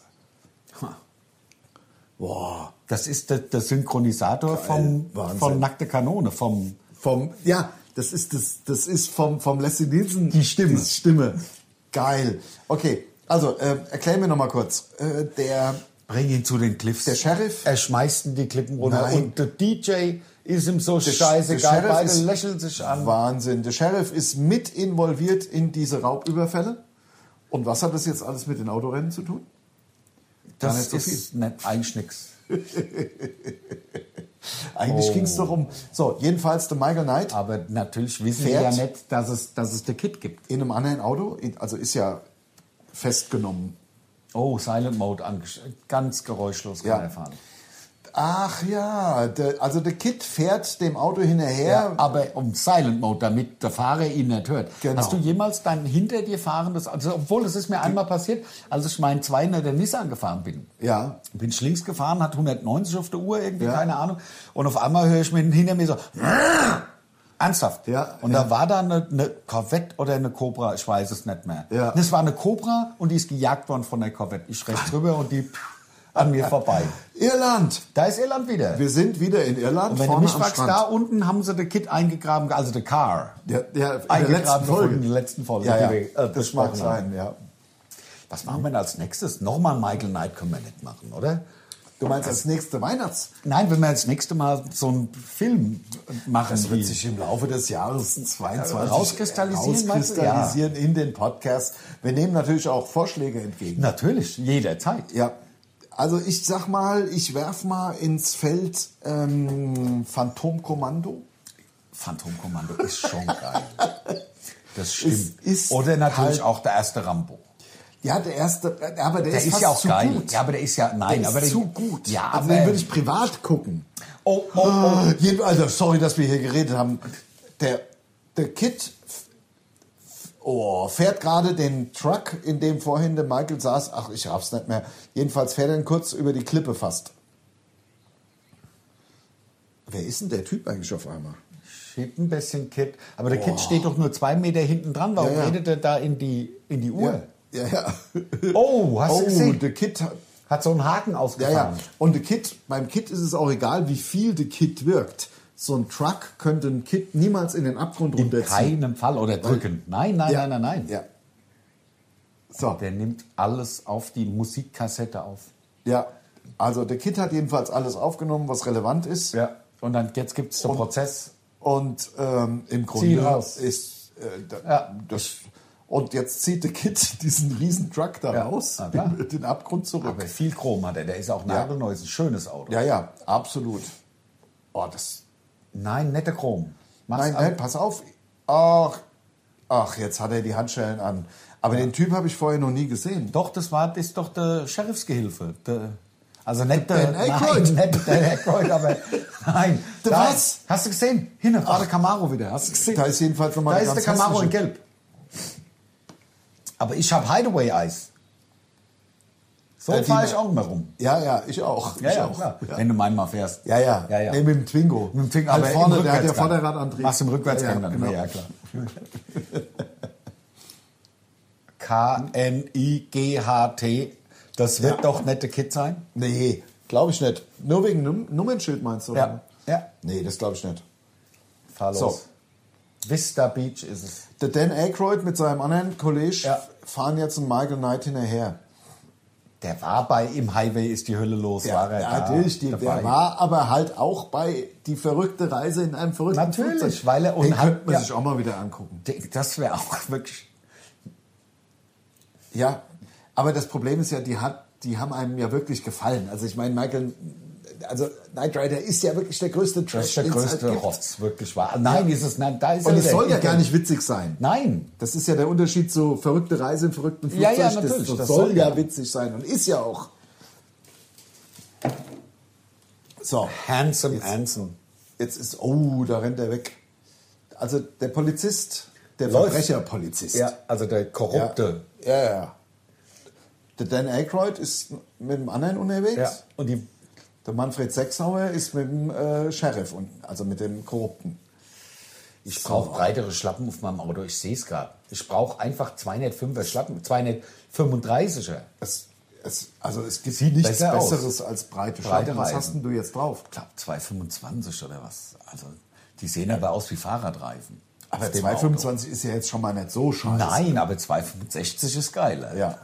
Speaker 2: Boah.
Speaker 1: Das ist der, der Synchronisator vom,
Speaker 2: Wahnsinn.
Speaker 1: von Nackte Kanone, vom
Speaker 2: Vom, ja, das ist, das, das ist vom, vom Leslie Nielsen.
Speaker 1: Die Stimme.
Speaker 2: Die Stimme. Geil. Okay, also äh, erklär mir nochmal kurz. Äh, der,
Speaker 1: Bring ihn zu den Cliffs.
Speaker 2: Der Sheriff?
Speaker 1: Er schmeißt ihn die Klippen runter.
Speaker 2: Nein.
Speaker 1: Und der DJ ist ihm so
Speaker 2: der
Speaker 1: scheißegal.
Speaker 2: Sheriff
Speaker 1: Beide
Speaker 2: ist-
Speaker 1: lächeln sich an.
Speaker 2: Wahnsinn. Der Sheriff ist mit involviert in diese Raubüberfälle. Und was hat das jetzt alles mit den Autorennen zu tun?
Speaker 1: Das
Speaker 2: Gar nicht so
Speaker 1: ist nicht, eigentlich nix.
Speaker 2: Eigentlich ging es doch um. So, jedenfalls der Michael Knight
Speaker 1: Oh. Aber natürlich wissen wir ja
Speaker 2: Fährt-
Speaker 1: nicht, dass es, dass es der Kid gibt.
Speaker 2: in einem anderen Auto, in- also ist ja festgenommen.
Speaker 1: Oh, Silent Mode angeschaltet. Ganz geräuschlos kann
Speaker 2: Ja.
Speaker 1: er fahren.
Speaker 2: Ach ja, der, also der Kid fährt dem Auto hinterher.
Speaker 1: Aber um Silent Mode, damit der Fahrer ihn nicht hört.
Speaker 2: Genau.
Speaker 1: Hast du jemals dein hinter dir fahrendes, also obwohl es ist mir einmal passiert, als ich meinen 200er Nissan gefahren bin.
Speaker 2: Ja.
Speaker 1: Bin ich links gefahren, hat 190 auf der Uhr, irgendwie,
Speaker 2: Ja.
Speaker 1: keine Ahnung. Und auf einmal höre ich mir hinter mir so, ernsthaft.
Speaker 2: Ja,
Speaker 1: und
Speaker 2: ja.
Speaker 1: da war da eine, eine Corvette oder eine Cobra, ich weiß es nicht mehr.
Speaker 2: Ja.
Speaker 1: Das war eine Cobra und die ist gejagt worden von der Corvette. Ich rechts rüber und die an mir vorbei.
Speaker 2: Irland!
Speaker 1: Da ist Irland wieder.
Speaker 2: Wir sind wieder in Irland.
Speaker 1: Und wenn du
Speaker 2: vorne
Speaker 1: mich
Speaker 2: am
Speaker 1: fragst,
Speaker 2: Strand.
Speaker 1: da unten haben sie den Kid eingegraben, also den Car.
Speaker 2: Ja, ja, in der letzten
Speaker 1: eingegraben
Speaker 2: Folge.
Speaker 1: in der Äh, letzten Folge.
Speaker 2: ja, ja,
Speaker 1: die wir, äh,
Speaker 2: das
Speaker 1: besprochen
Speaker 2: mag sein, ja.
Speaker 1: haben. Was machen wir denn als nächstes? Nochmal Michael Knight können wir nicht machen, oder?
Speaker 2: Du meinst das nächste Weihnachts?
Speaker 1: Nein, wenn wir das nächste Mal so einen Film machen,
Speaker 2: Das
Speaker 1: wie-
Speaker 2: wird sich im Laufe des Jahres 22
Speaker 1: Rauskristallisieren, meinst du?
Speaker 2: rauskristallisieren in den Podcast. Wir nehmen natürlich auch Vorschläge entgegen.
Speaker 1: natürlich jederzeit.
Speaker 2: Ja, also ich sag mal, ich werf mal ins Feld ähm, Phantomkommando.
Speaker 1: Phantomkommando ist schon geil. Das stimmt.
Speaker 2: Es ist
Speaker 1: Oder natürlich
Speaker 2: halt-
Speaker 1: auch der erste Rambo.
Speaker 2: Ja, der erste, aber der,
Speaker 1: Der
Speaker 2: ist,
Speaker 1: ist,
Speaker 2: fast
Speaker 1: ja auch
Speaker 2: zu
Speaker 1: geil.
Speaker 2: gut.
Speaker 1: Ja, aber der ist ja nein,
Speaker 2: der ist
Speaker 1: aber der,
Speaker 2: zu gut.
Speaker 1: Ja,
Speaker 2: also
Speaker 1: aber
Speaker 2: den würde ich privat gucken.
Speaker 1: oh, oh, oh.
Speaker 2: Ah, jeden- Also sorry, dass wir hier geredet haben. Der, der Kid f- oh, fährt gerade den Truck, in dem vorhin der Michael saß. Ach, ich raff's nicht mehr. Jedenfalls fährt er ihn kurz über die Klippe fast. Wer ist denn der Typ eigentlich auf einmal?
Speaker 1: Schiebt ein bisschen Kid, aber der Kid steht doch nur zwei Meter hinten dran. Warum
Speaker 2: Ja, ja.
Speaker 1: redet er da in die in die Uhr?
Speaker 2: Ja, ja.
Speaker 1: Oh, hast du
Speaker 2: Oh,
Speaker 1: gesehen?
Speaker 2: der Kid hat.
Speaker 1: Hat so einen Haken
Speaker 2: Ja, ja.
Speaker 1: ausgefahren.
Speaker 2: Und der Kid, beim Kid ist es auch egal, wie viel der Kid wirkt. So ein Truck könnte ein Kid niemals in den Abgrund
Speaker 1: In
Speaker 2: runterziehen.
Speaker 1: keinem Fall oder drücken. Nein, nein,
Speaker 2: Ja.
Speaker 1: nein, nein, nein.
Speaker 2: Ja. So.
Speaker 1: Der nimmt alles auf die Musikkassette auf.
Speaker 2: Ja, Also der Kit hat jedenfalls alles aufgenommen, was relevant ist.
Speaker 1: Ja. Und dann jetzt gibt es den Prozess.
Speaker 2: Und ähm, im
Speaker 1: Zieh
Speaker 2: Grunde
Speaker 1: raus.
Speaker 2: ist äh, da,
Speaker 1: Ja.
Speaker 2: das. Und jetzt zieht der Kit diesen riesen Truck da
Speaker 1: Ja.
Speaker 2: raus,
Speaker 1: Ah, klar.
Speaker 2: den, den Abgrund zurück.
Speaker 1: Aber viel Chrom hat er. Der ist auch nagelneu. Ist ein schönes Auto.
Speaker 2: ja, ja, absolut. Oh, das.
Speaker 1: Nein, nette Chrom. Mach's
Speaker 2: Nein,
Speaker 1: an.
Speaker 2: nein, pass auf. Ach, ach, jetzt hat er die Handschellen an. Aber den Typ habe ich vorher noch nie gesehen.
Speaker 1: Doch, das war das ist doch der Sheriffsgehilfe. Der, also nicht der,
Speaker 2: Ben Aykroyd.
Speaker 1: Nein, nicht der Aykroyd, aber nein.
Speaker 2: Der
Speaker 1: Da-
Speaker 2: was?
Speaker 1: Hast du gesehen? Hinne war der Camaro wieder. Hast du gesehen?
Speaker 2: Da ist jedenfalls nochmal
Speaker 1: Da
Speaker 2: eine
Speaker 1: ist der
Speaker 2: ganz
Speaker 1: Camaro in
Speaker 2: hässliche-
Speaker 1: Gelb. Aber ich habe Hideaway-Eis. So
Speaker 2: Äh, die-
Speaker 1: fahre ich auch immer rum.
Speaker 2: Ja, ja, ich auch. ich auch.
Speaker 1: klar.
Speaker 2: Ja.
Speaker 1: Wenn du meinen mal fährst.
Speaker 2: Ja, ja.
Speaker 1: ja, ja.
Speaker 2: Nee, mit dem Twingo.
Speaker 1: Mit dem Finger,
Speaker 2: Halt
Speaker 1: aber im
Speaker 2: vorne, der hat ja
Speaker 1: Rückwärtsgang.
Speaker 2: Vorderradantrieb.
Speaker 1: Machst du im Rückwärtsgang
Speaker 2: Ja,
Speaker 1: dann,
Speaker 2: genau.
Speaker 1: ja klar. K-N-I-G-H-T. Das wird
Speaker 2: Ja.
Speaker 1: doch nette Kid sein.
Speaker 2: Nee, glaube ich nicht. Nur wegen Num Nummernschild meinst du? oder?
Speaker 1: Ja.
Speaker 2: Nee, das glaube ich nicht.
Speaker 1: Fahr los.
Speaker 2: So.
Speaker 1: Vista Beach ist es.
Speaker 2: Der Dan Aykroyd mit seinem anderen Kollegen
Speaker 1: Ja.
Speaker 2: fahren jetzt einen Michael Knight hinterher.
Speaker 1: Der war bei Im Highway ist die Hölle los. war er da
Speaker 2: natürlich, die,
Speaker 1: dabei.
Speaker 2: der war aber halt auch bei Die verrückte Reise in einem verrückten
Speaker 1: Natürlich,
Speaker 2: Flugzeug.
Speaker 1: weil er- und
Speaker 2: Den
Speaker 1: hat-
Speaker 2: könnte man
Speaker 1: ja.
Speaker 2: sich auch mal wieder angucken.
Speaker 1: Das wäre auch wirklich.
Speaker 2: Ja, aber das Problem ist ja, die, hat, die haben einem ja wirklich gefallen. Also ich meine, Michael, also Knight Rider ist ja wirklich der größte Trash,
Speaker 1: Das ist der
Speaker 2: den's halt
Speaker 1: größte
Speaker 2: gibt.
Speaker 1: Rotz, wirklich war. Nein, ist es nein, da ist
Speaker 2: Und
Speaker 1: er
Speaker 2: es
Speaker 1: wieder.
Speaker 2: soll ja gar nicht witzig sein.
Speaker 1: Nein,
Speaker 2: Das ist ja der Unterschied zu verrückte Reise im verrückten
Speaker 1: Ja,
Speaker 2: Flugzeug.
Speaker 1: ja,
Speaker 2: das,
Speaker 1: natürlich,
Speaker 2: das
Speaker 1: das
Speaker 2: soll
Speaker 1: soll
Speaker 2: ja
Speaker 1: ja.
Speaker 2: witzig sein und ist ja auch. So,
Speaker 1: handsome, handsome.
Speaker 2: jetzt ist, oh, da rennt er weg. Also der Polizist, der
Speaker 1: Läuft.
Speaker 2: Verbrecherpolizist.
Speaker 1: Ja, also der korrupte.
Speaker 2: Ja, ja, ja. Der Dan Aykroyd ist mit dem anderen unterwegs.
Speaker 1: Ja. Und die
Speaker 2: Der Manfred Sechsauer ist mit dem äh, Sheriff unten, also mit dem Korrupten.
Speaker 1: Ich brauche breitere Schlappen auf meinem Auto, ich sehe es gerade. Ich brauche einfach 205er Schlappen, 235er.
Speaker 2: Es, es, also es gibt nichts
Speaker 1: besser aus.
Speaker 2: Besseres als breite
Speaker 1: Breite
Speaker 2: Schultern. Was
Speaker 1: Reifen.
Speaker 2: hast denn du jetzt drauf?
Speaker 1: Ich glaube 225 oder was. Also die sehen aber aus wie Fahrradreifen.
Speaker 2: Aber
Speaker 1: Auf dem
Speaker 2: 225 ist ja jetzt schon mal nicht so scheiße.
Speaker 1: Auto. Nein, aber 265 ist geiler.
Speaker 2: Ja.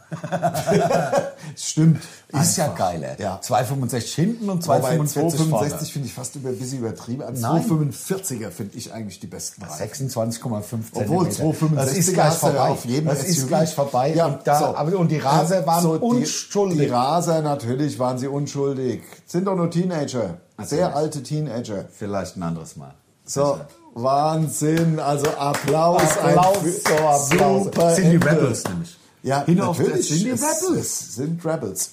Speaker 2: Stimmt.
Speaker 1: Ist ja
Speaker 2: Einfach.
Speaker 1: geiler.
Speaker 2: Ja.
Speaker 1: 265 hinten und
Speaker 2: Wobei
Speaker 1: 245
Speaker 2: 265 finde ich fast über, ein bisschen übertrieben. Also
Speaker 1: Nein.
Speaker 2: 245er finde ich eigentlich die besten
Speaker 1: vorne.
Speaker 2: Reifen.
Speaker 1: 26,5
Speaker 2: Obwohl,
Speaker 1: Zentimeter.
Speaker 2: 265
Speaker 1: Das ist gleich
Speaker 2: hast du ja
Speaker 1: vorbei.
Speaker 2: auf jedem
Speaker 1: das
Speaker 2: SUV.
Speaker 1: ist gleich vorbei.
Speaker 2: Ja,
Speaker 1: und, da,
Speaker 2: so.
Speaker 1: aber, und die Raser waren
Speaker 2: So, die-
Speaker 1: unschuldig.
Speaker 2: Die Raser, natürlich waren sie unschuldig. Sind doch nur Teenager. Sehr alte Teenager.
Speaker 1: Vielleicht ein anderes Mal.
Speaker 2: So, Wahnsinn. Also Applaus.
Speaker 1: Applaus,
Speaker 2: ein-
Speaker 1: so Applaus.
Speaker 2: Super
Speaker 1: Sind die
Speaker 2: Ende.
Speaker 1: Rebels nämlich.
Speaker 2: Ja,
Speaker 1: Hin auf das
Speaker 2: natürlich.
Speaker 1: sind die
Speaker 2: Es-
Speaker 1: Rebels.
Speaker 2: es Sind Rebels.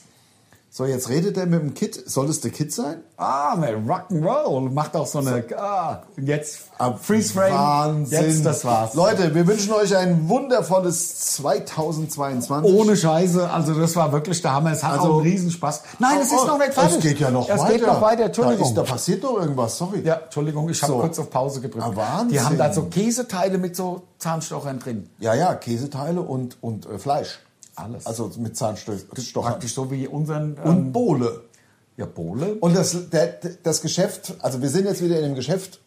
Speaker 2: So, jetzt redet er mit dem Kid. Soll es der Kid sein?
Speaker 1: Ah, man, Rock'n'Roll macht auch so eine. Ah, jetzt
Speaker 2: Ab-
Speaker 1: Freeze Frame.
Speaker 2: Wahnsinn.
Speaker 1: Jetzt, das war's.
Speaker 2: Leute, wir wünschen euch ein wundervolles 2022.
Speaker 1: Ohne Scheiße, also das war wirklich der Hammer. Es hat
Speaker 2: Also-
Speaker 1: also, auch einen Riesenspaß. Nein, es
Speaker 2: Oh,
Speaker 1: ist
Speaker 2: oh,
Speaker 1: noch nicht fertig.
Speaker 2: Es geht ja noch
Speaker 1: es
Speaker 2: weiter.
Speaker 1: Es geht noch weiter,
Speaker 2: Da, ist,
Speaker 1: Entschuldigung.
Speaker 2: da passiert doch irgendwas, sorry.
Speaker 1: ja, Entschuldigung, ich habe
Speaker 2: So.
Speaker 1: kurz auf Pause gedrückt.
Speaker 2: Ah, Wahnsinn.
Speaker 1: Die haben da so Käseteile mit so Zahnstochern drin.
Speaker 2: ja, ja, Käseteile und, und äh, Fleisch.
Speaker 1: Alles.
Speaker 2: Also mit Zahnstochern.
Speaker 1: Praktisch so wie unseren. Ähm,
Speaker 2: Und Bohle.
Speaker 1: ja, Bohle.
Speaker 2: Und das, der, das Geschäft, also wir sind jetzt wieder in dem Geschäft,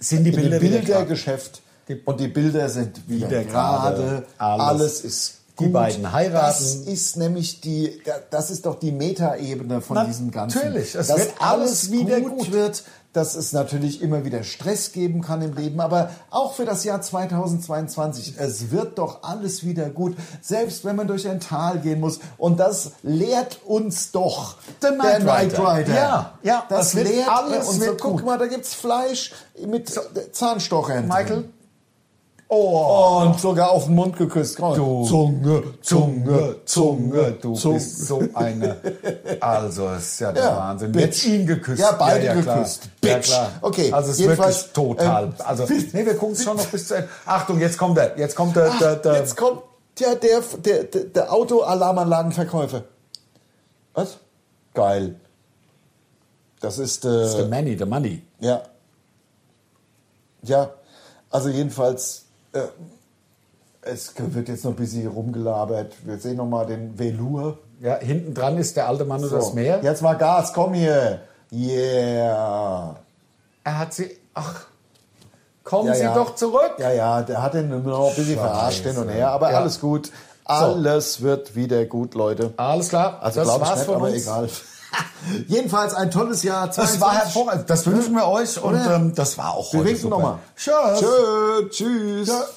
Speaker 1: Sind die
Speaker 2: in dem
Speaker 1: Bilder wieder gerade?
Speaker 2: Bildergeschäft.
Speaker 1: Die-
Speaker 2: Und die Bilder sind wieder,
Speaker 1: Wieder
Speaker 2: gerade.
Speaker 1: gerade.
Speaker 2: Alles.
Speaker 1: Alles.
Speaker 2: ist
Speaker 1: Die
Speaker 2: gut.
Speaker 1: beiden heiraten.
Speaker 2: Das ist nämlich die, das ist doch die Metaebene von
Speaker 1: Na,
Speaker 2: diesem Ganzen.
Speaker 1: natürlich. Es
Speaker 2: dass
Speaker 1: wird alles wieder gut.
Speaker 2: wird, dass es natürlich immer wieder Stress geben kann im Leben, aber auch für das Jahr 2022. Es wird doch alles wieder gut, selbst wenn man durch ein Tal gehen muss. Und das lehrt uns doch
Speaker 1: Der Knight
Speaker 2: Knight
Speaker 1: Rider. Ja, ja,
Speaker 2: das,
Speaker 1: das wird
Speaker 2: lehrt
Speaker 1: alles
Speaker 2: uns.
Speaker 1: wird
Speaker 2: Guck
Speaker 1: gut.
Speaker 2: mal, da gibt's Fleisch mit Zahnstochern.
Speaker 1: Michael?
Speaker 2: Drin. Oh. Und sogar auf den Mund geküsst. Komm.
Speaker 1: Du.
Speaker 2: Zunge, Zunge, Zunge,
Speaker 1: du
Speaker 2: Zunge.
Speaker 1: bist so eine. Also, es ist ja der
Speaker 2: Ja,
Speaker 1: Wahnsinn.
Speaker 2: Bitch.
Speaker 1: Jetzt ihn geküsst.
Speaker 2: Ja, beide
Speaker 1: klar.
Speaker 2: geküsst.
Speaker 1: Ja,
Speaker 2: Bitch.
Speaker 1: klar.
Speaker 2: Okay,
Speaker 1: Also, es ist
Speaker 2: jedenfalls,
Speaker 1: wirklich total.
Speaker 2: ähm,
Speaker 1: also, nee, wir gucken es schon noch bis zu Ende. Achtung, jetzt kommt er. Jetzt kommt der. der, der
Speaker 2: Jetzt kommt ja der, der, der, der Auto-Alarmanlagenverkäufer. Was? Geil. Das ist, äh,
Speaker 1: the Money, the Money.
Speaker 2: ja. Ja, also jedenfalls, äh, es wird jetzt noch ein bisschen rumgelabert. Wir sehen nochmal den Velour.
Speaker 1: Ja, hinten dran ist der alte Mann und
Speaker 2: So,
Speaker 1: das Meer.
Speaker 2: Jetzt mal Gas, komm hier. Yeah.
Speaker 1: Er hat sie. Ach, kommen
Speaker 2: Ja,
Speaker 1: Sie
Speaker 2: ja.
Speaker 1: doch zurück.
Speaker 2: Ja, ja, der hat den nur noch ein bisschen verarscht hin und her, aber
Speaker 1: Ja.
Speaker 2: alles gut. Alles wird wieder gut, Leute.
Speaker 3: Alles klar.
Speaker 2: Also
Speaker 3: das
Speaker 2: glaube ich
Speaker 3: war's
Speaker 2: nicht,
Speaker 3: von
Speaker 2: aber
Speaker 3: uns.
Speaker 2: egal. Jedenfalls ein tolles Jahr.
Speaker 3: Das war
Speaker 2: 22.
Speaker 3: hervorragend. Das wünschen wir euch und ähm, das war auch
Speaker 2: Wir
Speaker 3: heute
Speaker 2: winken
Speaker 3: super.
Speaker 2: nochmal.
Speaker 3: Tschüss.
Speaker 2: Tschö, tschüss.
Speaker 3: Tschö.